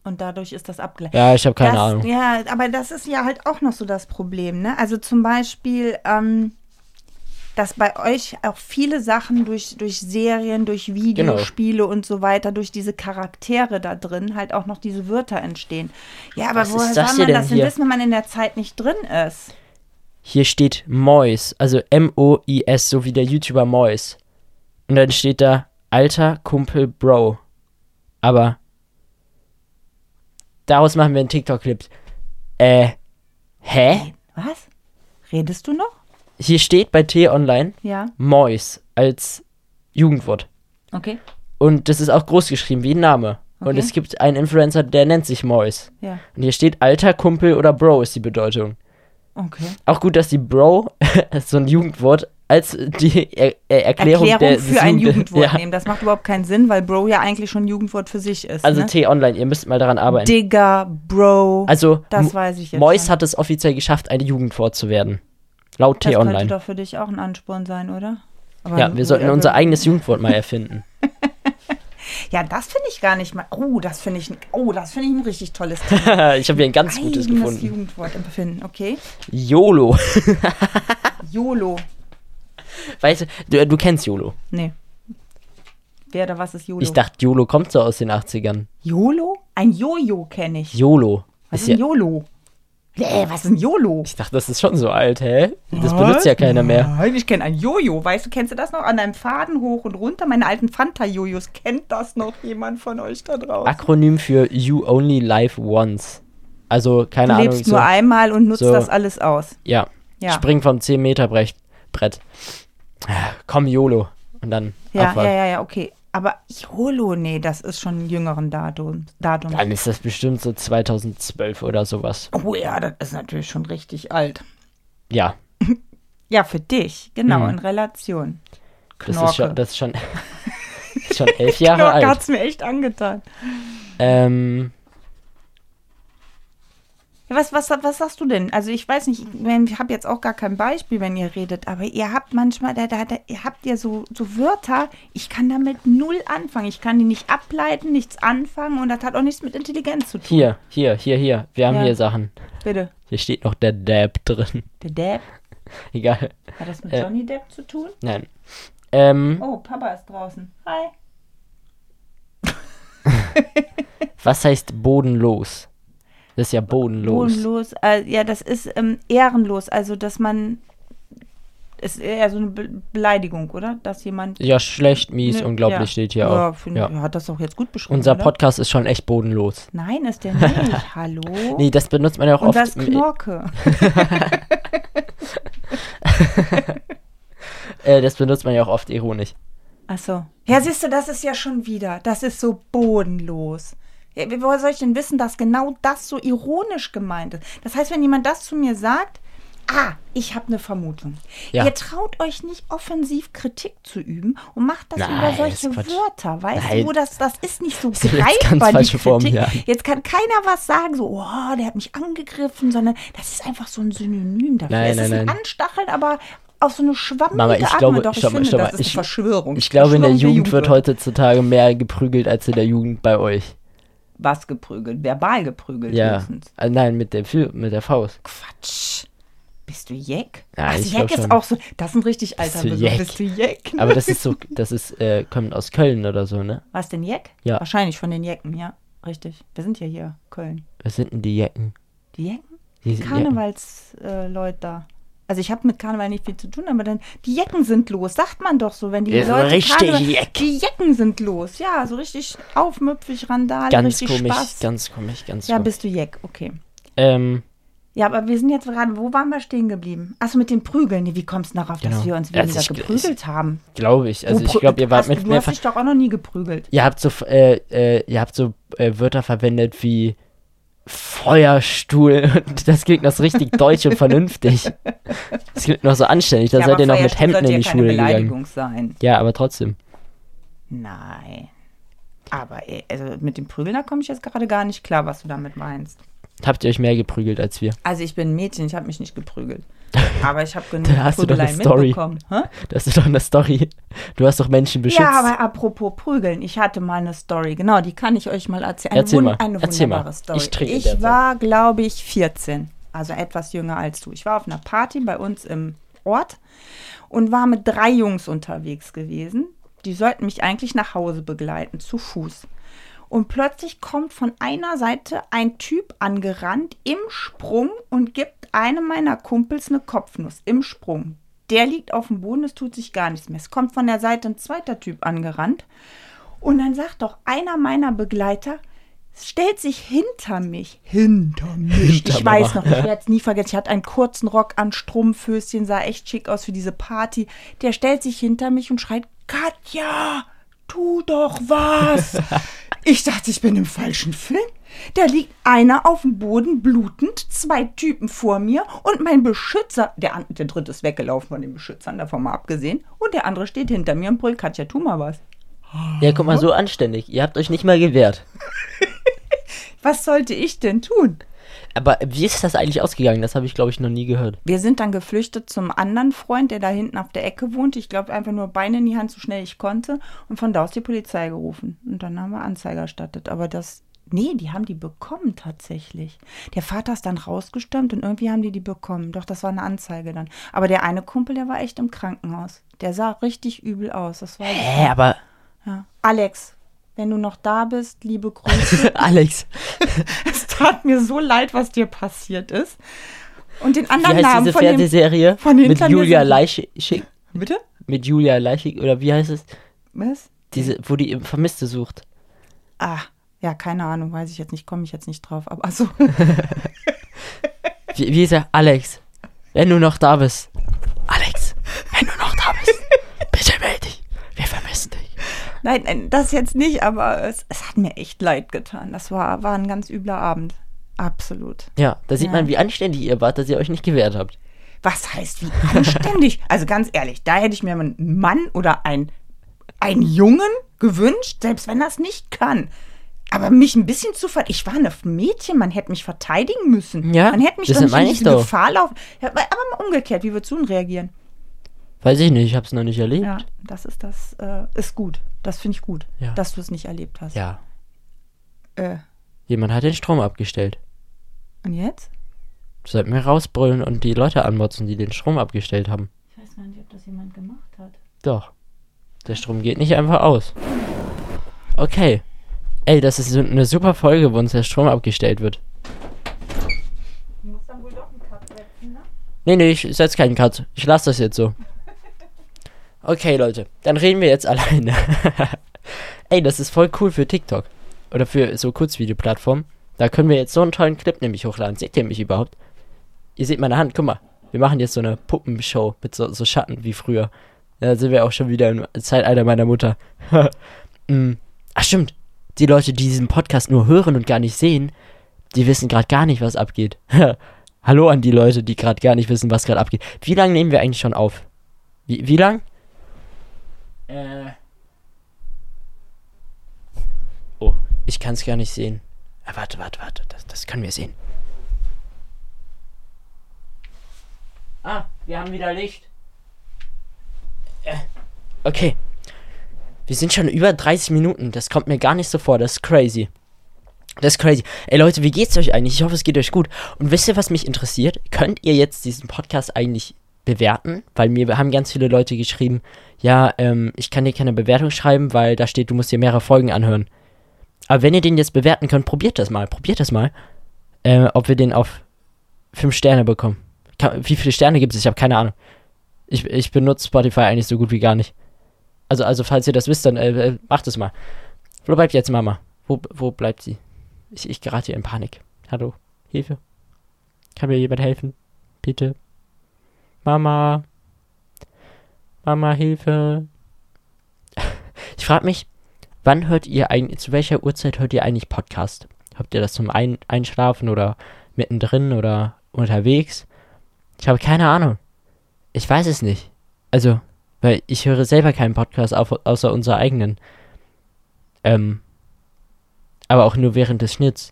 S2: Und dadurch ist das abgeleitet.
S1: ja, ich habe keine
S2: das,
S1: Ahnung.
S2: Ja, aber das ist ja halt auch noch so das Problem, ne? Also zum Beispiel, ähm, dass bei euch auch viele Sachen durch, durch Serien,
S1: Genau.
S2: durch Videospiele und so weiter, durch diese Charaktere da drin halt auch noch diese Wörter entstehen. Ja, aber
S1: Was ist
S2: woher
S1: das
S2: soll
S1: hier
S2: man
S1: denn
S2: das denn
S1: hier?
S2: wissen, wenn man in der Zeit nicht drin ist?
S1: Hier steht Mois, also M-O-I-S, so wie der YouTuber Mois. Und dann steht da alter Kumpel Bro. Aber daraus machen wir einen TikTok-Clip. Äh, hä?
S2: Was? Redest du noch?
S1: Hier steht bei T-Online
S2: Ja.
S1: Mois als Jugendwort.
S2: Okay.
S1: Und das ist auch groß geschrieben, wie ein Name. Und
S2: Okay.
S1: es gibt einen Influencer, der nennt sich Mois.
S2: Ja.
S1: Und hier steht alter Kumpel oder Bro ist die Bedeutung.
S2: Okay.
S1: Auch gut, dass die Bro, so ein Jugendwort, als die er er Erklärung,
S2: Erklärung,
S1: der, des
S2: für ein
S1: Jugend-
S2: Jugendwort
S1: ja.
S2: nehmen. Das macht überhaupt keinen Sinn, weil Bro ja eigentlich schon ein Jugendwort für sich ist.
S1: Also
S2: ne?
S1: T-Online, ihr müsst mal daran arbeiten.
S2: Digger, Bro.
S1: also
S2: das
S1: M-
S2: weiß ich jetzt
S1: Mois
S2: schon.
S1: hat es offiziell geschafft, ein Jugendwort zu werden. Laut
S2: Das könnte
S1: T-Online.
S2: doch für dich auch ein Ansporn sein, oder? Aber
S1: Ja,
S2: gut,
S1: wir sollten
S2: also-
S1: unser eigenes Jugendwort mal erfinden.
S2: Ja, das finde ich gar nicht mal. Oh, das finde ich, oh, das finde ich ein richtig tolles
S1: ich habe hier ein ganz gutes
S2: eigenes
S1: gefunden.
S2: Jugendwort empfinden, okay?
S1: YOLO.
S2: YOLO.
S1: Weißt du, du, du kennst YOLO.
S2: Nee. Wer oder was ist YOLO?
S1: Ich dachte, YOLO kommt so aus den 80ern.
S2: YOLO? Ein Jojo kenne ich.
S1: YOLO.
S2: Was
S1: Ist
S2: ist ein
S1: ja,
S2: YOLO? Nee, was ist ein YOLO?
S1: ich dachte, das ist schon so alt, hä? Das
S2: Was?
S1: benutzt ja keiner mehr.
S2: Nein, ich kenne ein Jojo. Weißt du, kennst du das noch? An einem Faden hoch und runter. Meine alten Fanta-Jojos. Kennt das noch jemand von euch da draußen?
S1: Akronym für You Only Live Once. Also, keine
S2: du
S1: Ahnung.
S2: lebst
S1: so,
S2: nur einmal und nutzt
S1: so-
S2: das alles aus.
S1: ja.
S2: Ja.
S1: Spring vom 10-Meter-Brett. Brett. Ah, Komm, YOLO. Und dann
S2: Ja,
S1: abwarten.
S2: ja, ja, ja, okay. Aber YOLO, nee, das ist schon ein jüngeren Datum. Datum.
S1: Dann ist das bestimmt so 2012 oder sowas.
S2: Oh ja, das ist natürlich schon richtig alt.
S1: Ja,
S2: Ja, für dich, genau,
S1: Mhm.
S2: in Relation.
S1: das
S2: Knorke.
S1: ist schon, das ist schon, ist schon elf Jahre
S2: Knorke
S1: alt.
S2: hat's mir echt angetan.
S1: Ähm,
S2: Was, was, was sagst du denn? Also ich weiß nicht, ich, wenn- ich habe jetzt auch gar kein Beispiel, wenn ihr redet, aber ihr habt manchmal, da, da, da ihr habt ihr so, so Wörter, ich kann damit null anfangen. Ich kann die nicht ableiten, nichts anfangen und das hat auch nichts mit Intelligenz zu tun.
S1: Hier, hier, hier, hier. Wir haben
S2: Ja.
S1: hier Sachen.
S2: Bitte.
S1: Hier steht noch der Dab drin.
S2: Der Depp.
S1: Egal.
S2: Hat das mit
S1: Äh.
S2: Johnny Depp zu tun?
S1: Nein. Ähm,
S2: Oh, Papa ist draußen. Hi.
S1: was heißt bodenlos? Das ist ja bodenlos.
S2: Bodenlos. Äh, ja, das ist ähm, ehrenlos. Also, dass man. Ist eher so eine Be Beleidigung, oder? Dass jemand.
S1: Ja, schlecht, mies,
S2: Ne,
S1: unglaublich
S2: ja.
S1: steht hier
S2: ja,
S1: auch.
S2: Find,
S1: ja.
S2: ja, hat das auch jetzt gut beschrieben.
S1: Unser
S2: oder?
S1: Podcast ist schon echt bodenlos.
S2: Nein, ist der nicht. Hallo?
S1: Nee, das benutzt man ja auch
S2: Oh. Und
S1: oft.
S2: das
S1: im-
S2: Knorke.
S1: äh, das benutzt man ja auch oft ironisch.
S2: Achso. Ja, siehst du, das ist ja schon wieder. Das ist so bodenlos. Ja, wie- woher soll ich denn wissen, dass genau das so ironisch gemeint ist? Das heißt, wenn jemand das zu mir sagt, ah, ich habe eine Vermutung.
S1: Ja.
S2: Ihr traut euch nicht offensiv Kritik zu üben und macht das
S1: Nein,
S2: über
S1: ist
S2: solche
S1: Quatsch.
S2: Wörter, weißt
S1: Nein.
S2: du? Das, das ist nicht so
S1: sind jetzt ganz
S2: greifbar, die
S1: falsche
S2: Kritik.
S1: Formen, ja.
S2: Jetzt kann keiner was sagen, so, oh, der hat mich angegriffen, sondern das ist einfach so ein Synonym dafür.
S1: Nein,
S2: es ist
S1: nein,
S2: ein
S1: nein.
S2: Anstacheln, aber auf so eine schwammige
S1: Mama, ich
S2: Art.
S1: glaube,
S2: Doch, ich
S1: stopp mal,
S2: finde,
S1: stopp mal.
S2: das ist
S1: Ich-
S2: eine Verschwörung.
S1: Ich glaube, in der
S2: Verschwörung
S1: Jugend wird
S2: Jugend.
S1: heutzutage mehr geprügelt als in der Jugend bei euch.
S2: was geprügelt, verbal geprügelt
S1: Ja.
S2: höchstens.
S1: Äh, Nein, mit der, Fü- mit der Faust.
S2: Quatsch. Bist du Jeck?
S1: Ja,
S2: Ach,
S1: ich
S2: Jeck
S1: glaub
S2: ist
S1: schon.
S2: auch so. Das ist ein richtig alter
S1: du
S2: Begriff.
S1: Jeck?
S2: Bist du Jeck?
S1: Aber das ist so, das ist, äh, kommt aus Köln oder so, ne?
S2: Was denn Jeck?
S1: Ja.
S2: Wahrscheinlich von den Jecken, ja. Richtig. Wir sind ja hier, Köln.
S1: Was sind denn die Jecken?
S2: Die Jecken?
S1: Die
S2: Die
S1: sind
S2: Karnevalsleute äh, Leute da. Also ich habe mit Karneval nicht viel zu tun, aber dann die Jecken sind los, sagt man doch so, wenn die
S1: Ja, so
S2: Leute
S1: richtig
S2: Karneval,
S1: Jeck.
S2: die Jecken sind los, ja, so richtig aufmüpfig, Randale,
S1: Ganz
S2: richtig
S1: komisch,
S2: Spaß.
S1: ganz komisch, ganz
S2: ja,
S1: komisch.
S2: bist du Jeck, okay.
S1: Ähm,
S2: Ja, aber wir sind jetzt gerade, wo waren wir stehen geblieben? Achso, mit dem Prügeln. Nee, Wie kommst du darauf,
S1: Genau.
S2: dass wir uns
S1: Also
S2: weniger
S1: ich-
S2: geprügelt haben?
S1: glaube ich. Also
S2: Wo
S1: ich
S2: prü-
S1: glaube, ihr wart
S2: hast,
S1: mit
S2: Du
S1: mir
S2: hast dich doch auch noch nie geprügelt.
S1: Ihr habt so, äh, äh, ihr habt so äh, Wörter verwendet wie Feuerstuhl. Und das klingt noch so richtig deutsch und vernünftig. Das klingt noch so anständig. Da seid
S2: aber
S1: ihr noch mit
S2: Feierstuhl
S1: Hemden
S2: sollte
S1: in die
S2: ja keine
S1: Schule gegangen.
S2: Beleidigung sein.
S1: Ja, aber trotzdem.
S2: Nein. Aber ey, also mit dem Prügeln, da komme ich jetzt gerade gar nicht klar, was du damit meinst.
S1: Habt ihr euch mehr geprügelt als wir?
S2: Also ich bin ein Mädchen, ich habe mich nicht geprügelt. Aber ich habe genug
S1: Da hast du doch eine
S2: Prügeleien
S1: Story.
S2: mitbekommen. Hä?
S1: Das ist doch eine Story. Du hast doch Menschen beschützt.
S2: Ja, aber apropos Prügeln, ich hatte mal eine Story, genau, die kann ich euch mal erzählen. Eine,
S1: Erzähl
S2: wun-
S1: mal,
S2: eine
S1: erzähl mal.
S2: wunderbare Story.
S1: Ich trinke in der
S2: ich
S1: Zeit.
S2: war, glaube ich, 14, also etwas jünger als du. Ich war auf einer Party bei uns im Ort und war mit drei Jungs unterwegs gewesen. Die sollten mich eigentlich nach Hause begleiten, zu Fuß. Und plötzlich kommt von einer Seite ein Typ angerannt im Sprung und gibt einem meiner Kumpels eine Kopfnuss im Sprung. Der liegt auf dem Boden, es tut sich gar nichts mehr. Es kommt von der Seite ein zweiter Typ angerannt. Und dann sagt doch einer meiner Begleiter, es stellt sich hinter mich. Hinter mich.
S1: Hinter
S2: ich
S1: Mama.
S2: weiß noch, ich werde es nie vergessen. Ich hatte einen kurzen Rock an, Strumpfhöschen, sah echt schick aus für diese Party. Der stellt sich hinter mich und schreit, Katja, tu doch was. ich dachte, ich bin im falschen Film. Da liegt einer auf dem Boden blutend, zwei Typen vor mir und mein Beschützer, der, an- der dritte ist weggelaufen von den Beschützern, davon mal abgesehen, und der andere steht hinter mir und brüllt, Katja, tu mal was.
S1: ja, guck mal, so anständig. Ihr habt euch nicht mal gewehrt.
S2: Was sollte ich denn tun?
S1: Aber wie ist das eigentlich ausgegangen? Das habe ich, glaube ich, noch nie gehört.
S2: Wir sind dann geflüchtet zum anderen Freund, der da hinten auf der Ecke wohnte. Ich glaube, einfach nur Beine in die Hand, so schnell ich konnte. Und von da aus die Polizei gerufen. Und dann haben wir Anzeige erstattet. Aber das, nee, die haben die bekommen tatsächlich. Der Vater ist dann rausgestürmt und irgendwie haben die die bekommen. Doch, das war eine Anzeige dann. Aber der eine Kumpel, der war echt im Krankenhaus. Der sah richtig übel aus. Das war,
S1: Hä, aber
S2: ja. Alex, wenn du noch da bist, liebe Grüße.
S1: Alex,
S2: es tat mir so leid, was dir passiert ist. Und den
S1: wie
S2: anderen
S1: heißt
S2: Namen
S1: diese
S2: von dem
S1: Fernsehserie?
S2: von den
S1: mit
S2: Interneten-
S1: Julia Leischig?
S2: Bitte?
S1: Mit Julia Leischig? Oder wie heißt es?
S2: Was?
S1: Diese, wo die Vermisste sucht.
S2: Ah, ja, keine Ahnung, weiß ich jetzt nicht, komme ich jetzt nicht drauf. Aber also,
S1: Wie, wie ist er? Alex, wenn du noch da bist. Alex, wenn du noch da bist, bitte melde dich. Wir vermissen dich.
S2: nein, nein, das jetzt nicht, aber es, es hat mir echt leid getan. Das war, war ein ganz übler Abend. Absolut.
S1: Ja, da sieht
S2: Ja.
S1: man, wie anständig ihr wart, dass ihr euch nicht gewehrt habt.
S2: Was heißt wie anständig? also ganz ehrlich, da hätte ich mir einen Mann oder ein, einen Jungen gewünscht, selbst wenn das nicht kann. Aber mich ein bisschen zu ver... Ich war ein Mädchen, man hätte mich verteidigen müssen.
S1: Ja,
S2: man hätte mich doch
S1: deshalb
S2: nicht in
S1: meine ich
S2: diese
S1: doch.
S2: Gefahr laufen. Ja, aber aber mal umgekehrt, wie würdest du denn reagieren?
S1: Weiß ich nicht, ich hab's noch nicht erlebt.
S2: Ja, das ist das, äh, ist gut. Das finde ich gut,
S1: Ja.
S2: dass du es nicht erlebt hast.
S1: Ja.
S2: Äh,
S1: Jemand hat den Strom abgestellt.
S2: und jetzt?
S1: Sollten wir rausbrüllen und die Leute anmotzen, die den Strom abgestellt haben.
S3: Ich weiß gar nicht, ob das jemand gemacht hat.
S1: Doch. Der Strom geht nicht einfach aus. Okay. Ey, das ist so eine super Folge, wo uns der Strom abgestellt wird.
S3: Du musst dann wohl doch einen Cut setzen, ne?
S1: Nee, nee, ich setz keinen Cut. Ich lasse das jetzt so. Okay, Leute. Dann reden wir jetzt alleine. Ey, das ist voll cool für TikTok. Oder für so Kurzvideoplattformen. Da können wir jetzt so einen tollen Clip nämlich hochladen. Seht ihr mich überhaupt? Ihr seht meine Hand, guck mal. Wir machen jetzt so eine Puppenshow mit so, so Schatten wie früher. Da sind wir auch schon wieder im Zeitalter meiner Mutter. Mm. Ach stimmt. Die Leute, die diesen Podcast nur hören und gar nicht sehen, die wissen gerade gar nicht, was abgeht. Hallo an die Leute, die gerade gar nicht wissen, was gerade abgeht. Wie lange nehmen wir eigentlich schon auf? Wie, wie lang? Äh. Oh, ich kann es gar nicht sehen. Ah, warte, warte, warte. Das, das können wir sehen. Ah, wir haben wieder Licht. Äh, okay. Wir sind schon über 30 Minuten. Das kommt mir gar nicht so vor. Das ist crazy. Das ist crazy. Ey Leute, wie geht's euch eigentlich? Ich hoffe, es geht euch gut. Und wisst ihr, was mich interessiert? Könnt ihr jetzt diesen Podcast eigentlich bewerten? Weil mir haben ganz viele Leute geschrieben, ja, ähm, ich kann dir keine Bewertung schreiben, weil da steht, du musst dir mehrere Folgen anhören. Aber wenn ihr den jetzt bewerten könnt, probiert das mal. Probiert das mal. Äh, ob wir den auf 5 Sterne bekommen. Kann, wie viele Sterne gibt es? Ich habe keine Ahnung. Ich, ich benutze Spotify eigentlich so gut wie gar nicht. Also, also falls ihr das wisst, dann äh, äh, macht es mal. Wo bleibt jetzt Mama? Wo, wo bleibt sie? Ich, ich gerate hier in Panik. Hallo, Hilfe. Kann mir jemand helfen? Bitte. Mama. Mama, Hilfe. Ich frage mich, wann hört ihr eigentlich, zu welcher Uhrzeit hört ihr eigentlich Podcast? Habt ihr das zum ein Einschlafen oder mittendrin oder unterwegs? Ich habe keine Ahnung. Ich weiß es nicht. Also, weil ich höre selber keinen Podcast auf, außer unser eigenen. Ähm, aber auch nur während des Schnitts.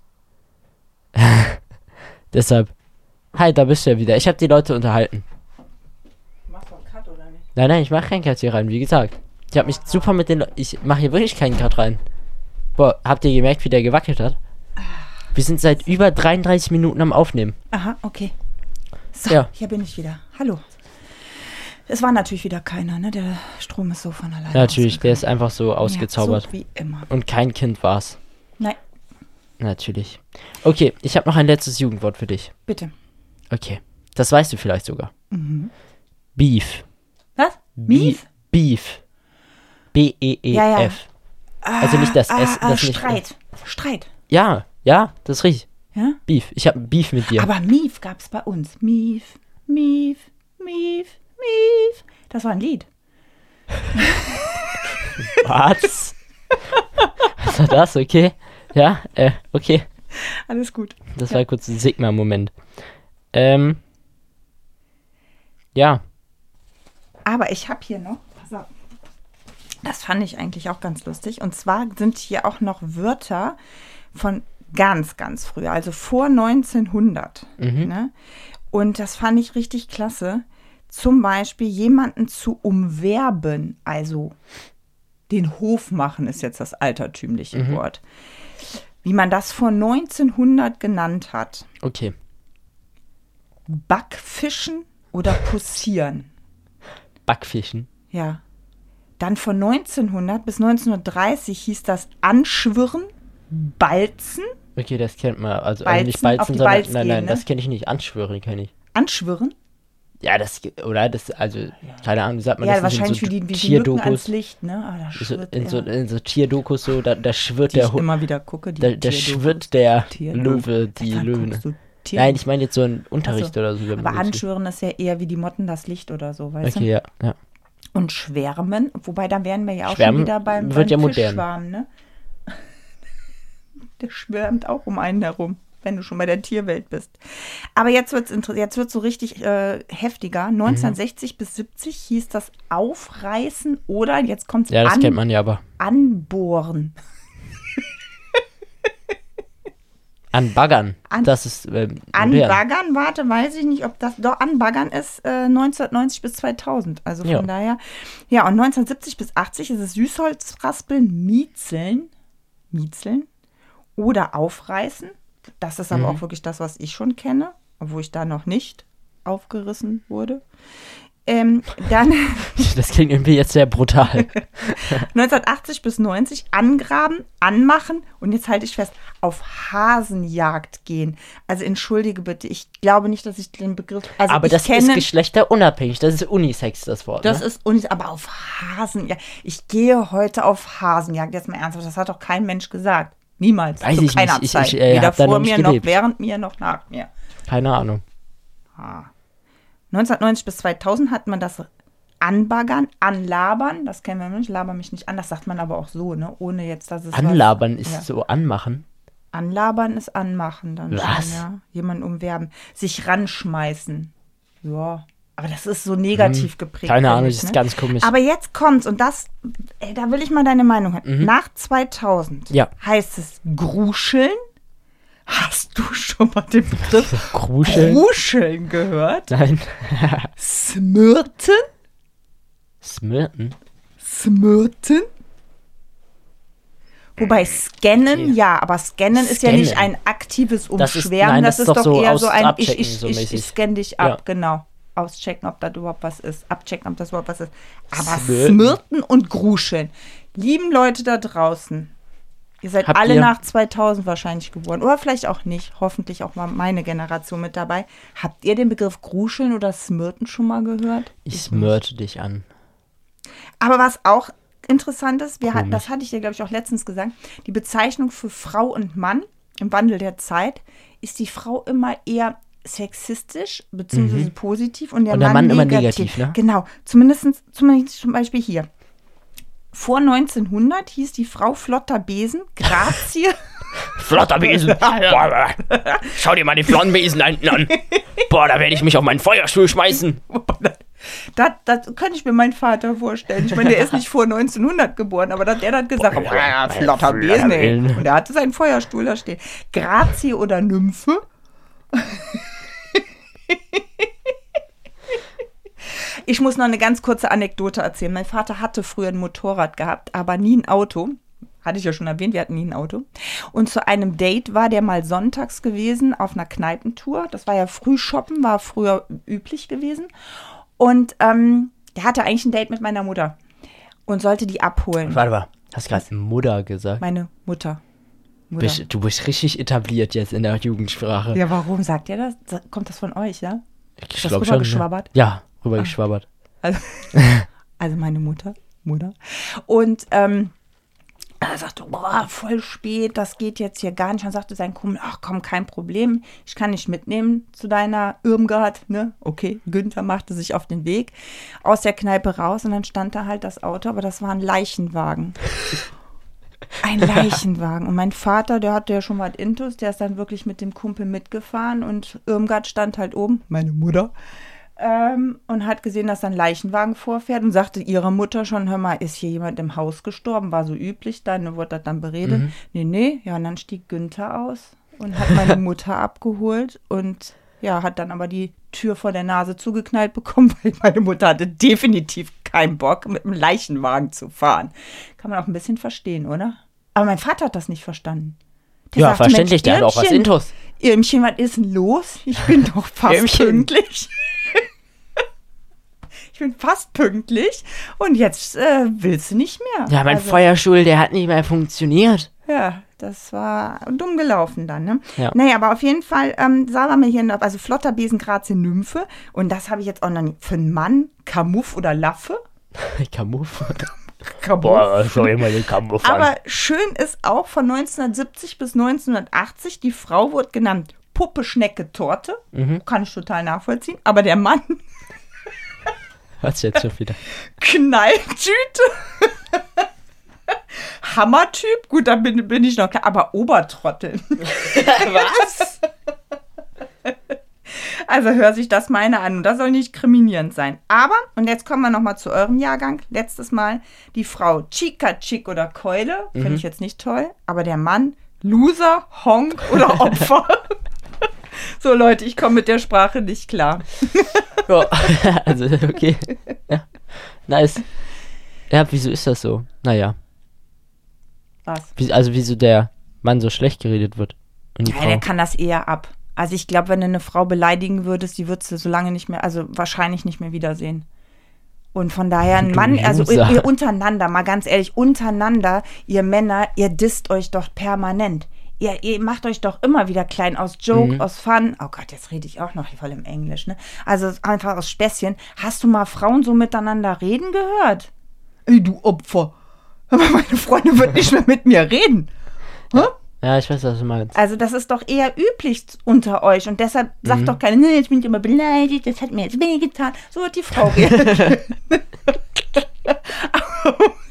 S1: Deshalb. Hi, da bist du ja wieder. Ich habe die Leute unterhalten.
S2: Machst du einen Cut oder nicht?
S1: Nein, nein, ich mache keinen Cut hier rein, wie gesagt. Ich habe mich super mit den Leuten. Ich mache hier wirklich keinen Cut rein. Boah, habt ihr gemerkt, wie der gewackelt hat? Wir sind seit über 33 Minuten am Aufnehmen.
S2: Aha, okay. So,
S1: Ja.
S2: hier bin ich wieder. Hallo. Es war natürlich wieder keiner, ne? Der Strom ist so von alleine.
S1: Natürlich, der
S2: ausgegangen.
S1: ist einfach so ausgezaubert.
S2: Ja, so wie immer.
S1: Und kein Kind war's.
S2: Nein,
S1: Natürlich. Okay, ich habe noch ein letztes Jugendwort für dich.
S2: bitte.
S1: Okay. Das weißt du vielleicht sogar.
S2: Mhm.
S1: Beef.
S2: Was?
S1: Be-
S2: Beef?
S1: Beef. B-E-E-F.
S2: Ja, ja.
S1: Also nicht das S,
S2: ah, ah,
S1: das nicht-
S2: Streit. Streit.
S1: Ja, ja, das ist richtig.
S2: Ja?
S1: Beef. Ich habe Beef mit dir.
S2: Aber Mief gab es bei uns. Mief, Mief, Mief, Mief. Das war ein Lied.
S1: was? Was war das? Okay. Ja, äh, okay.
S2: Alles gut.
S1: Das war kurz ein Sigma-Moment. Ähm. Ja.
S2: Aber ich habe hier noch. Pass auf. Das fand ich eigentlich auch ganz lustig. Und zwar sind hier auch noch Wörter von ganz, ganz früher, also vor 1900. Ne? Und das fand ich richtig klasse. Zum Beispiel jemanden zu umwerben, also den Hof machen ist jetzt das altertümliche Wort. Wie man das vor 1900 genannt hat.
S1: Okay.
S2: Backfischen oder pussieren.
S1: Backfischen.
S2: Ja. Dann von 1900 bis 1930 hieß das Anschwirren, Balzen,
S1: Okay, das kennt man. Also,
S2: Balzen,
S1: also nicht
S2: auf die
S1: Balzen, sondern.
S2: Balz
S1: nein, nein,
S2: gehen, ne?
S1: das kenne ich nicht. Anschwören kenne ich.
S2: Anschwirren.
S1: Ja, das. ge- Oder? Das. Also, keine Ahnung, wie sagt man
S2: ja,
S1: das? nicht in
S2: wahrscheinlich
S1: so
S2: wie die, wie die Mücken ans
S1: Tierdokus.
S2: Licht, ne? Ah, da
S1: So,
S2: schwirrt
S1: in, so,
S2: er.
S1: in so Tierdokus so, da, da schwirrt
S2: die
S1: der
S2: ich
S1: Hu-
S2: immer wieder gucke. Die
S1: Da, da
S2: Tierdokus.
S1: schwirrt der
S2: Tierdokus.
S1: Löwe,
S2: Seit
S1: die
S2: wann
S1: Löwen.
S2: guckst du Tierdokus?
S1: Nein, ich meine jetzt so einen Unterricht
S2: Ach so.
S1: oder so. wenn man
S2: Aber
S1: so-
S2: anschwirren ist ja eher wie die Motten das Licht oder so, weißt
S1: Okay,
S2: du?
S1: ja. ja.
S2: Und schwärmen, wobei da wären wir ja auch
S1: Schwärmen
S2: schon wieder beim,
S1: wird ja
S2: beim
S1: modern.
S2: Fischschwarm, ne? Der schwärmt auch um einen herum, wenn du schon bei der Tierwelt bist. Aber jetzt wird es jetzt wird's so richtig äh, heftiger.
S1: Mhm.
S2: 1960 bis 70 hieß das Aufreißen oder, jetzt kommt es
S1: Ja, das
S2: an,
S1: kennt man ja aber.
S2: Anbohren.
S1: Anbaggern.
S2: An-
S1: das ist ähm, modern.
S2: Anbaggern, warte, weiß ich nicht, ob das doch anbaggern ist äh, 1990 bis 2000. Also von
S1: Ja.
S2: daher. Ja, und 1970 bis 80 ist es Süßholzraspeln, Miezeln, Miezeln oder Aufreißen. Das ist
S1: Mhm.
S2: aber auch wirklich das, was ich schon kenne, obwohl ich da noch nicht aufgerissen wurde. Ähm, dann
S1: Das klingt irgendwie jetzt sehr brutal.
S2: 1980 bis 90 angraben, anmachen und jetzt halte ich fest, auf Hasenjagd gehen. Also entschuldige bitte, ich glaube nicht, dass ich den Begriff. Also
S1: Aber
S2: ich
S1: das
S2: kenne,
S1: ist geschlechterunabhängig. Das ist Unisex, das Wort.
S2: Das
S1: ne?
S2: ist und aber auf Hasenjagd. Ich gehe heute auf Hasenjagd. Jetzt mal ernsthaft, das hat doch kein Mensch gesagt. Niemals.
S1: Weiß
S2: Zu
S1: ich
S2: keiner
S1: nicht. Ich-
S2: Zeit.
S1: ich, äh,
S2: Weder
S1: hab da
S2: vor
S1: noch nicht
S2: mir noch
S1: gelebt.
S2: während mir noch nach mir.
S1: Keine Ahnung.
S2: 1990 bis 2000 hat man das Anbaggern, Anlabern, das kennen wir nicht, laber mich nicht an, das sagt man aber auch so, ne? ohne jetzt, dass es. was-
S1: Anlabern ist
S2: Ja.
S1: so anmachen.
S2: Anlabern ist anmachen dann
S1: Was?
S2: schon, ja. Jemanden umwerben. Sich ranschmeißen. Ja. Aber das ist so negativ geprägt.
S1: Hm. Keine
S2: finde
S1: Ahnung,
S2: ich,
S1: das ist ganz komisch.
S2: Aber jetzt kommt's und das, ey, da will ich mal deine Meinung hören. Nach 2000
S1: Mhm. Ja.
S2: heißt es Gruscheln. Hast du schon mal den Begriff
S1: Kruscheln.
S2: Gruscheln gehört?
S1: Nein.
S2: Smürten?
S1: Smirten.
S2: Smürten? Wobei scannen, ja, aber scannen ist ja
S1: Mm, Scannen.
S2: nicht ein aktives Umschwärmen, das
S1: Das ist- nein,
S2: ist, das ist doch,
S1: so
S2: eher
S1: aus-
S2: so ein ich,
S1: abchecken,
S2: ich,
S1: so
S2: ich, ich
S1: mäßig.
S2: scanne dich ab,
S1: Ja.
S2: genau. Auschecken, ob da überhaupt was ist. Abchecken, ob das überhaupt was ist. Aber
S1: Smürten.
S2: Smürten und Gruscheln. Lieben Leute da draußen, ihr seid
S1: Habt
S2: alle
S1: ihr-
S2: nach 2000 wahrscheinlich geboren. Oder vielleicht auch nicht. Hoffentlich auch mal meine Generation mit dabei. Habt ihr den Begriff Gruscheln oder Smürten schon mal gehört?
S1: Ich smörte dich an.
S2: Aber was auch interessant ist, wir hatten,
S1: Komisch.
S2: das hatte ich dir, glaube ich, auch letztens gesagt, die Bezeichnung für Frau und Mann im Wandel der Zeit ist die Frau immer eher sexistisch bzw. positiv und der,
S1: Mhm. Und der
S2: Mann,
S1: Mann immer
S2: negativ.
S1: negativ, ne?
S2: Genau, zumindest, zumindest zum Beispiel hier. Vor 1900 hieß die Frau flotter Besen, Grazie.
S1: Flotter Besen.
S2: Ah,
S1: Boah, boah. Schau dir mal die flotten Besen da hinten an. Boah, da werde ich mich auf meinen Feuerstuhl schmeißen.
S2: das, das könnte ich mir meinen Vater vorstellen. Ich meine, der ist nicht vor 1900 geboren, aber dass der das gesagt hat, ja, ja, flotter Besen. ey."
S1: Besen.
S2: Und er hatte seinen Feuerstuhl da stehen. Grazie oder Nymphe? Ich muss noch eine ganz kurze Anekdote erzählen. Mein Vater hatte früher ein Motorrad gehabt, aber nie ein Auto. Hatte ich ja schon erwähnt, wir hatten nie ein Auto. Und zu einem Date war der mal sonntags gewesen auf einer Kneipentour. Das war ja Frühshoppen, war früher üblich gewesen. Und ähm, der hatte eigentlich ein Date mit meiner Mutter und sollte die abholen.
S1: Warte mal. Hast gerade Mutter gesagt?
S2: Meine Mutter. Mutter.
S1: Bist, du bist richtig etabliert jetzt in der Jugendsprache.
S2: Ja, warum sagt ihr das? Sa- Kommt das von euch, ja?
S1: ich
S2: das
S1: glaub ne?
S2: rübergeschwabbert?
S1: Ja, rübergeschwabbert.
S2: Also, also meine Mutter, Mutter. Und ähm, er sagte, boah, voll spät, das geht jetzt hier gar nicht. Dann sagte sein Kumpel, ach komm, kein Problem, ich kann dich mitnehmen zu deiner Irmgard. Ne? Okay, Günther machte sich auf den Weg aus der Kneipe raus und dann stand da halt das Auto, aber das war ein Leichenwagen. Ein Leichenwagen. Und mein Vater, der hatte ja schon mal Intus, der ist dann wirklich mit dem Kumpel mitgefahren und Irmgard stand halt oben, meine Mutter, ähm, und hat gesehen, dass da ein Leichenwagen vorfährt und sagte ihrer Mutter schon, hör mal, ist hier jemand im Haus gestorben? War so üblich, dann ne, wurde das dann beredet.
S1: Mhm.
S2: Nee, nee, ja, und dann stieg Günther aus und hat meine Mutter abgeholt und ja, hat dann aber die Tür vor der Nase zugeknallt bekommen, weil meine Mutter hatte definitiv keinen Bock, mit dem Leichenwagen zu fahren. Kann man auch ein bisschen verstehen, oder? Aber mein Vater hat das nicht verstanden. Der
S1: Ja,
S2: sagte,
S1: verständlich, der hat auch was
S2: Irmchen,
S1: Intus.
S2: Irmchen, was ist denn los? Ich bin doch fast
S1: Irmchen.
S2: pünktlich. ich bin fast pünktlich und jetzt äh, willst du nicht mehr.
S1: Ja, mein
S2: Also,
S1: Feuerstuhl, der hat nicht mehr funktioniert.
S2: Ja, das war dumm gelaufen dann, ne?
S1: Ja.
S2: Naja, aber auf jeden Fall ähm, sah man mir hier, noch- also flotter Besen, Grazie, Nymphe. Und das habe ich jetzt auch noch nie. Für einen Mann, Kamuff oder Laffe?
S1: Kamuff.
S2: Kamuff.
S1: schau immer den Kamuff
S2: Aber schön ist auch von 1970 bis 1980, die Frau wurde genannt Puppe, Schnecke, Torte.
S1: Mhm.
S2: Kann ich total nachvollziehen. Aber der Mann
S1: Was jetzt schon wieder?
S2: Knalltüte. Hammertyp. Gut, da bin, bin ich noch klar. Aber Obertrottel.
S1: Was?
S2: Also hör sich das meine an. Und das soll nicht kriminierend sein. Aber, und jetzt kommen wir nochmal zu eurem Jahrgang. Letztes Mal die Frau Chica Chick oder Keule. Finde ich jetzt nicht toll. Aber der Mann Loser, Honk oder Opfer. so Leute, ich komme mit der Sprache nicht klar.
S1: Ja, also, okay. Ja. Nice. Ja, wieso ist das so? Naja.
S2: Was?
S1: Wie, also, wieso der Mann so schlecht geredet wird. Und die
S2: Ja,
S1: Frau.
S2: der kann das eher ab. Also ich glaube, wenn du eine Frau beleidigen würdest, die würdest du so lange nicht mehr, also wahrscheinlich nicht mehr wiedersehen. Und von daher ein
S1: Du
S2: Mann, also
S1: Loser.
S2: ihr, ihr untereinander, mal ganz ehrlich, untereinander, ihr Männer, ihr disst euch doch permanent. Ihr, ihr macht euch doch immer wieder klein aus Joke,
S1: Mhm.
S2: aus Fun. Oh Gott, jetzt rede ich auch noch voll im Englisch, ne? Also einfach aus Späßchen. Hast du mal Frauen so miteinander reden gehört? Ey, du Opfer. Aber meine Freundin wird nicht mehr mit mir reden. Hä?
S1: ja, ich weiß, was du meinst.
S2: Also das ist doch eher üblich z- unter euch und deshalb
S1: Mhm.
S2: sagt doch keiner, nee, jetzt bin ich immer beleidigt, das hat mir jetzt wehgetan. So wird die Frau reagieren.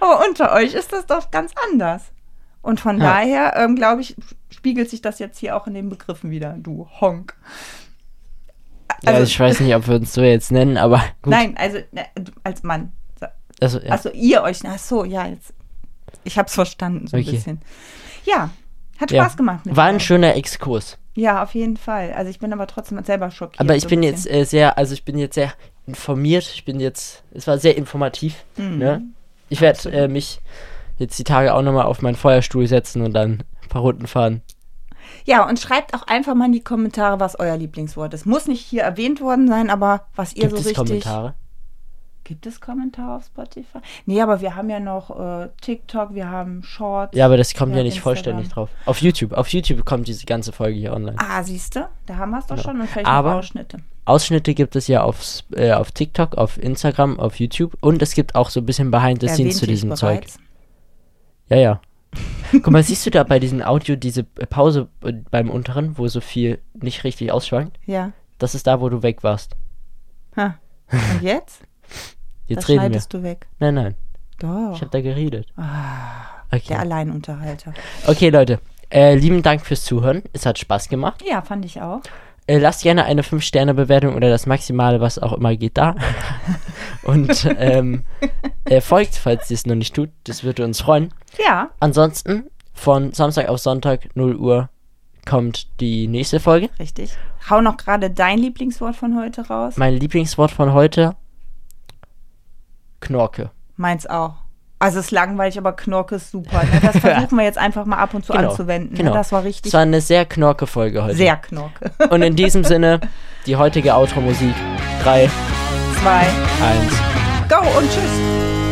S2: Aber unter euch ist das doch ganz anders. Und von
S1: Ja.
S2: daher, ähm, glaube ich, spiegelt sich das jetzt hier auch in den Begriffen wieder, du Honk.
S1: Ja,
S2: also-
S1: ich weiß nicht, ob wir uns so jetzt nennen, aber gut.
S2: Nein, also ne, du- als Mann. Sa-
S1: Also, ja.
S2: Achso, ihr euch. Ach so, ja, jetzt. Ich habe es verstanden so
S1: Okay.
S2: ein bisschen. Ja, hat
S1: ja.
S2: Spaß gemacht. mit
S1: War
S2: dir.
S1: ein schöner Exkurs.
S2: Ja, auf jeden Fall. Also ich bin aber trotzdem selber schockiert.
S1: Aber ich
S2: so ein
S1: bin jetzt
S2: bisschen.
S1: äh, sehr, also ich bin jetzt sehr informiert. Ich bin jetzt, es war sehr informativ.
S2: Mhm.
S1: Ne? Ich werde äh, mich jetzt die Tage auch nochmal auf meinen Feuerstuhl setzen und dann ein paar Runden fahren.
S2: Ja, und schreibt auch einfach mal in die Kommentare, was euer Lieblingswort ist. Muss nicht hier erwähnt worden sein, aber was ihr
S1: Gibt
S2: so
S1: es
S2: richtig.
S1: Kommentare?
S2: Gibt es Kommentare auf Spotify? Nee, aber wir haben ja noch äh, TikTok, wir haben Shorts.
S1: Ja, aber das kommt ja,
S2: Ja,
S1: nicht vollständig
S2: Instagram.
S1: drauf. Auf YouTube. Auf YouTube kommt diese ganze Folge hier online.
S2: Ah, siehst du, da haben wir es doch schon und vielleicht
S1: Aber-
S2: noch Ausschnitte.
S1: Ausschnitte gibt es ja aufs, äh, auf TikTok, auf Instagram, auf YouTube und es gibt auch so ein bisschen Behind the Scenes zu
S2: Erwähnte ich
S1: diesem Zeug.
S2: bereits.
S1: Ja, ja. Guck mal, siehst du da bei diesem Audio diese Pause äh, beim unteren, wo so viel nicht richtig ausschwankt?
S2: Ja.
S1: Das ist da, wo du weg warst.
S2: Ha. Und jetzt?
S1: Jetzt
S2: das
S1: reden wir.
S2: schneidest du weg.
S1: Nein, nein.
S2: Doch.
S1: Ich habe da geredet.
S2: Ah. Der
S1: Okay,
S2: Alleinunterhalter.
S1: okay Leute. Äh, lieben Dank fürs Zuhören. Es hat Spaß gemacht.
S2: Ja, fand ich auch.
S1: Äh, lasst gerne eine 5-Sterne-Bewertung oder das Maximale, was auch immer geht, da. Und ähm, äh, folgt, falls ihr es noch nicht tut. Das würde uns freuen.
S2: Ja,
S1: Ansonsten, von Samstag auf Sonntag, 0 Uhr, kommt die nächste Folge.
S2: richtig. Hau noch gerade dein Lieblingswort von heute raus.
S1: Mein Lieblingswort von heute: Knorke.
S2: Meins auch. Also es ist langweilig, aber Knorke ist super. Ne? Das versuchen wir jetzt einfach mal ab und zu anzuwenden. Ne? Das war richtig
S1: Es war eine sehr Knorke-Folge heute.
S2: sehr Knorke.
S1: Und in diesem Sinne, die heutige Outro-Musik. 3,
S2: Zwei,
S1: 1.
S2: go und tschüss.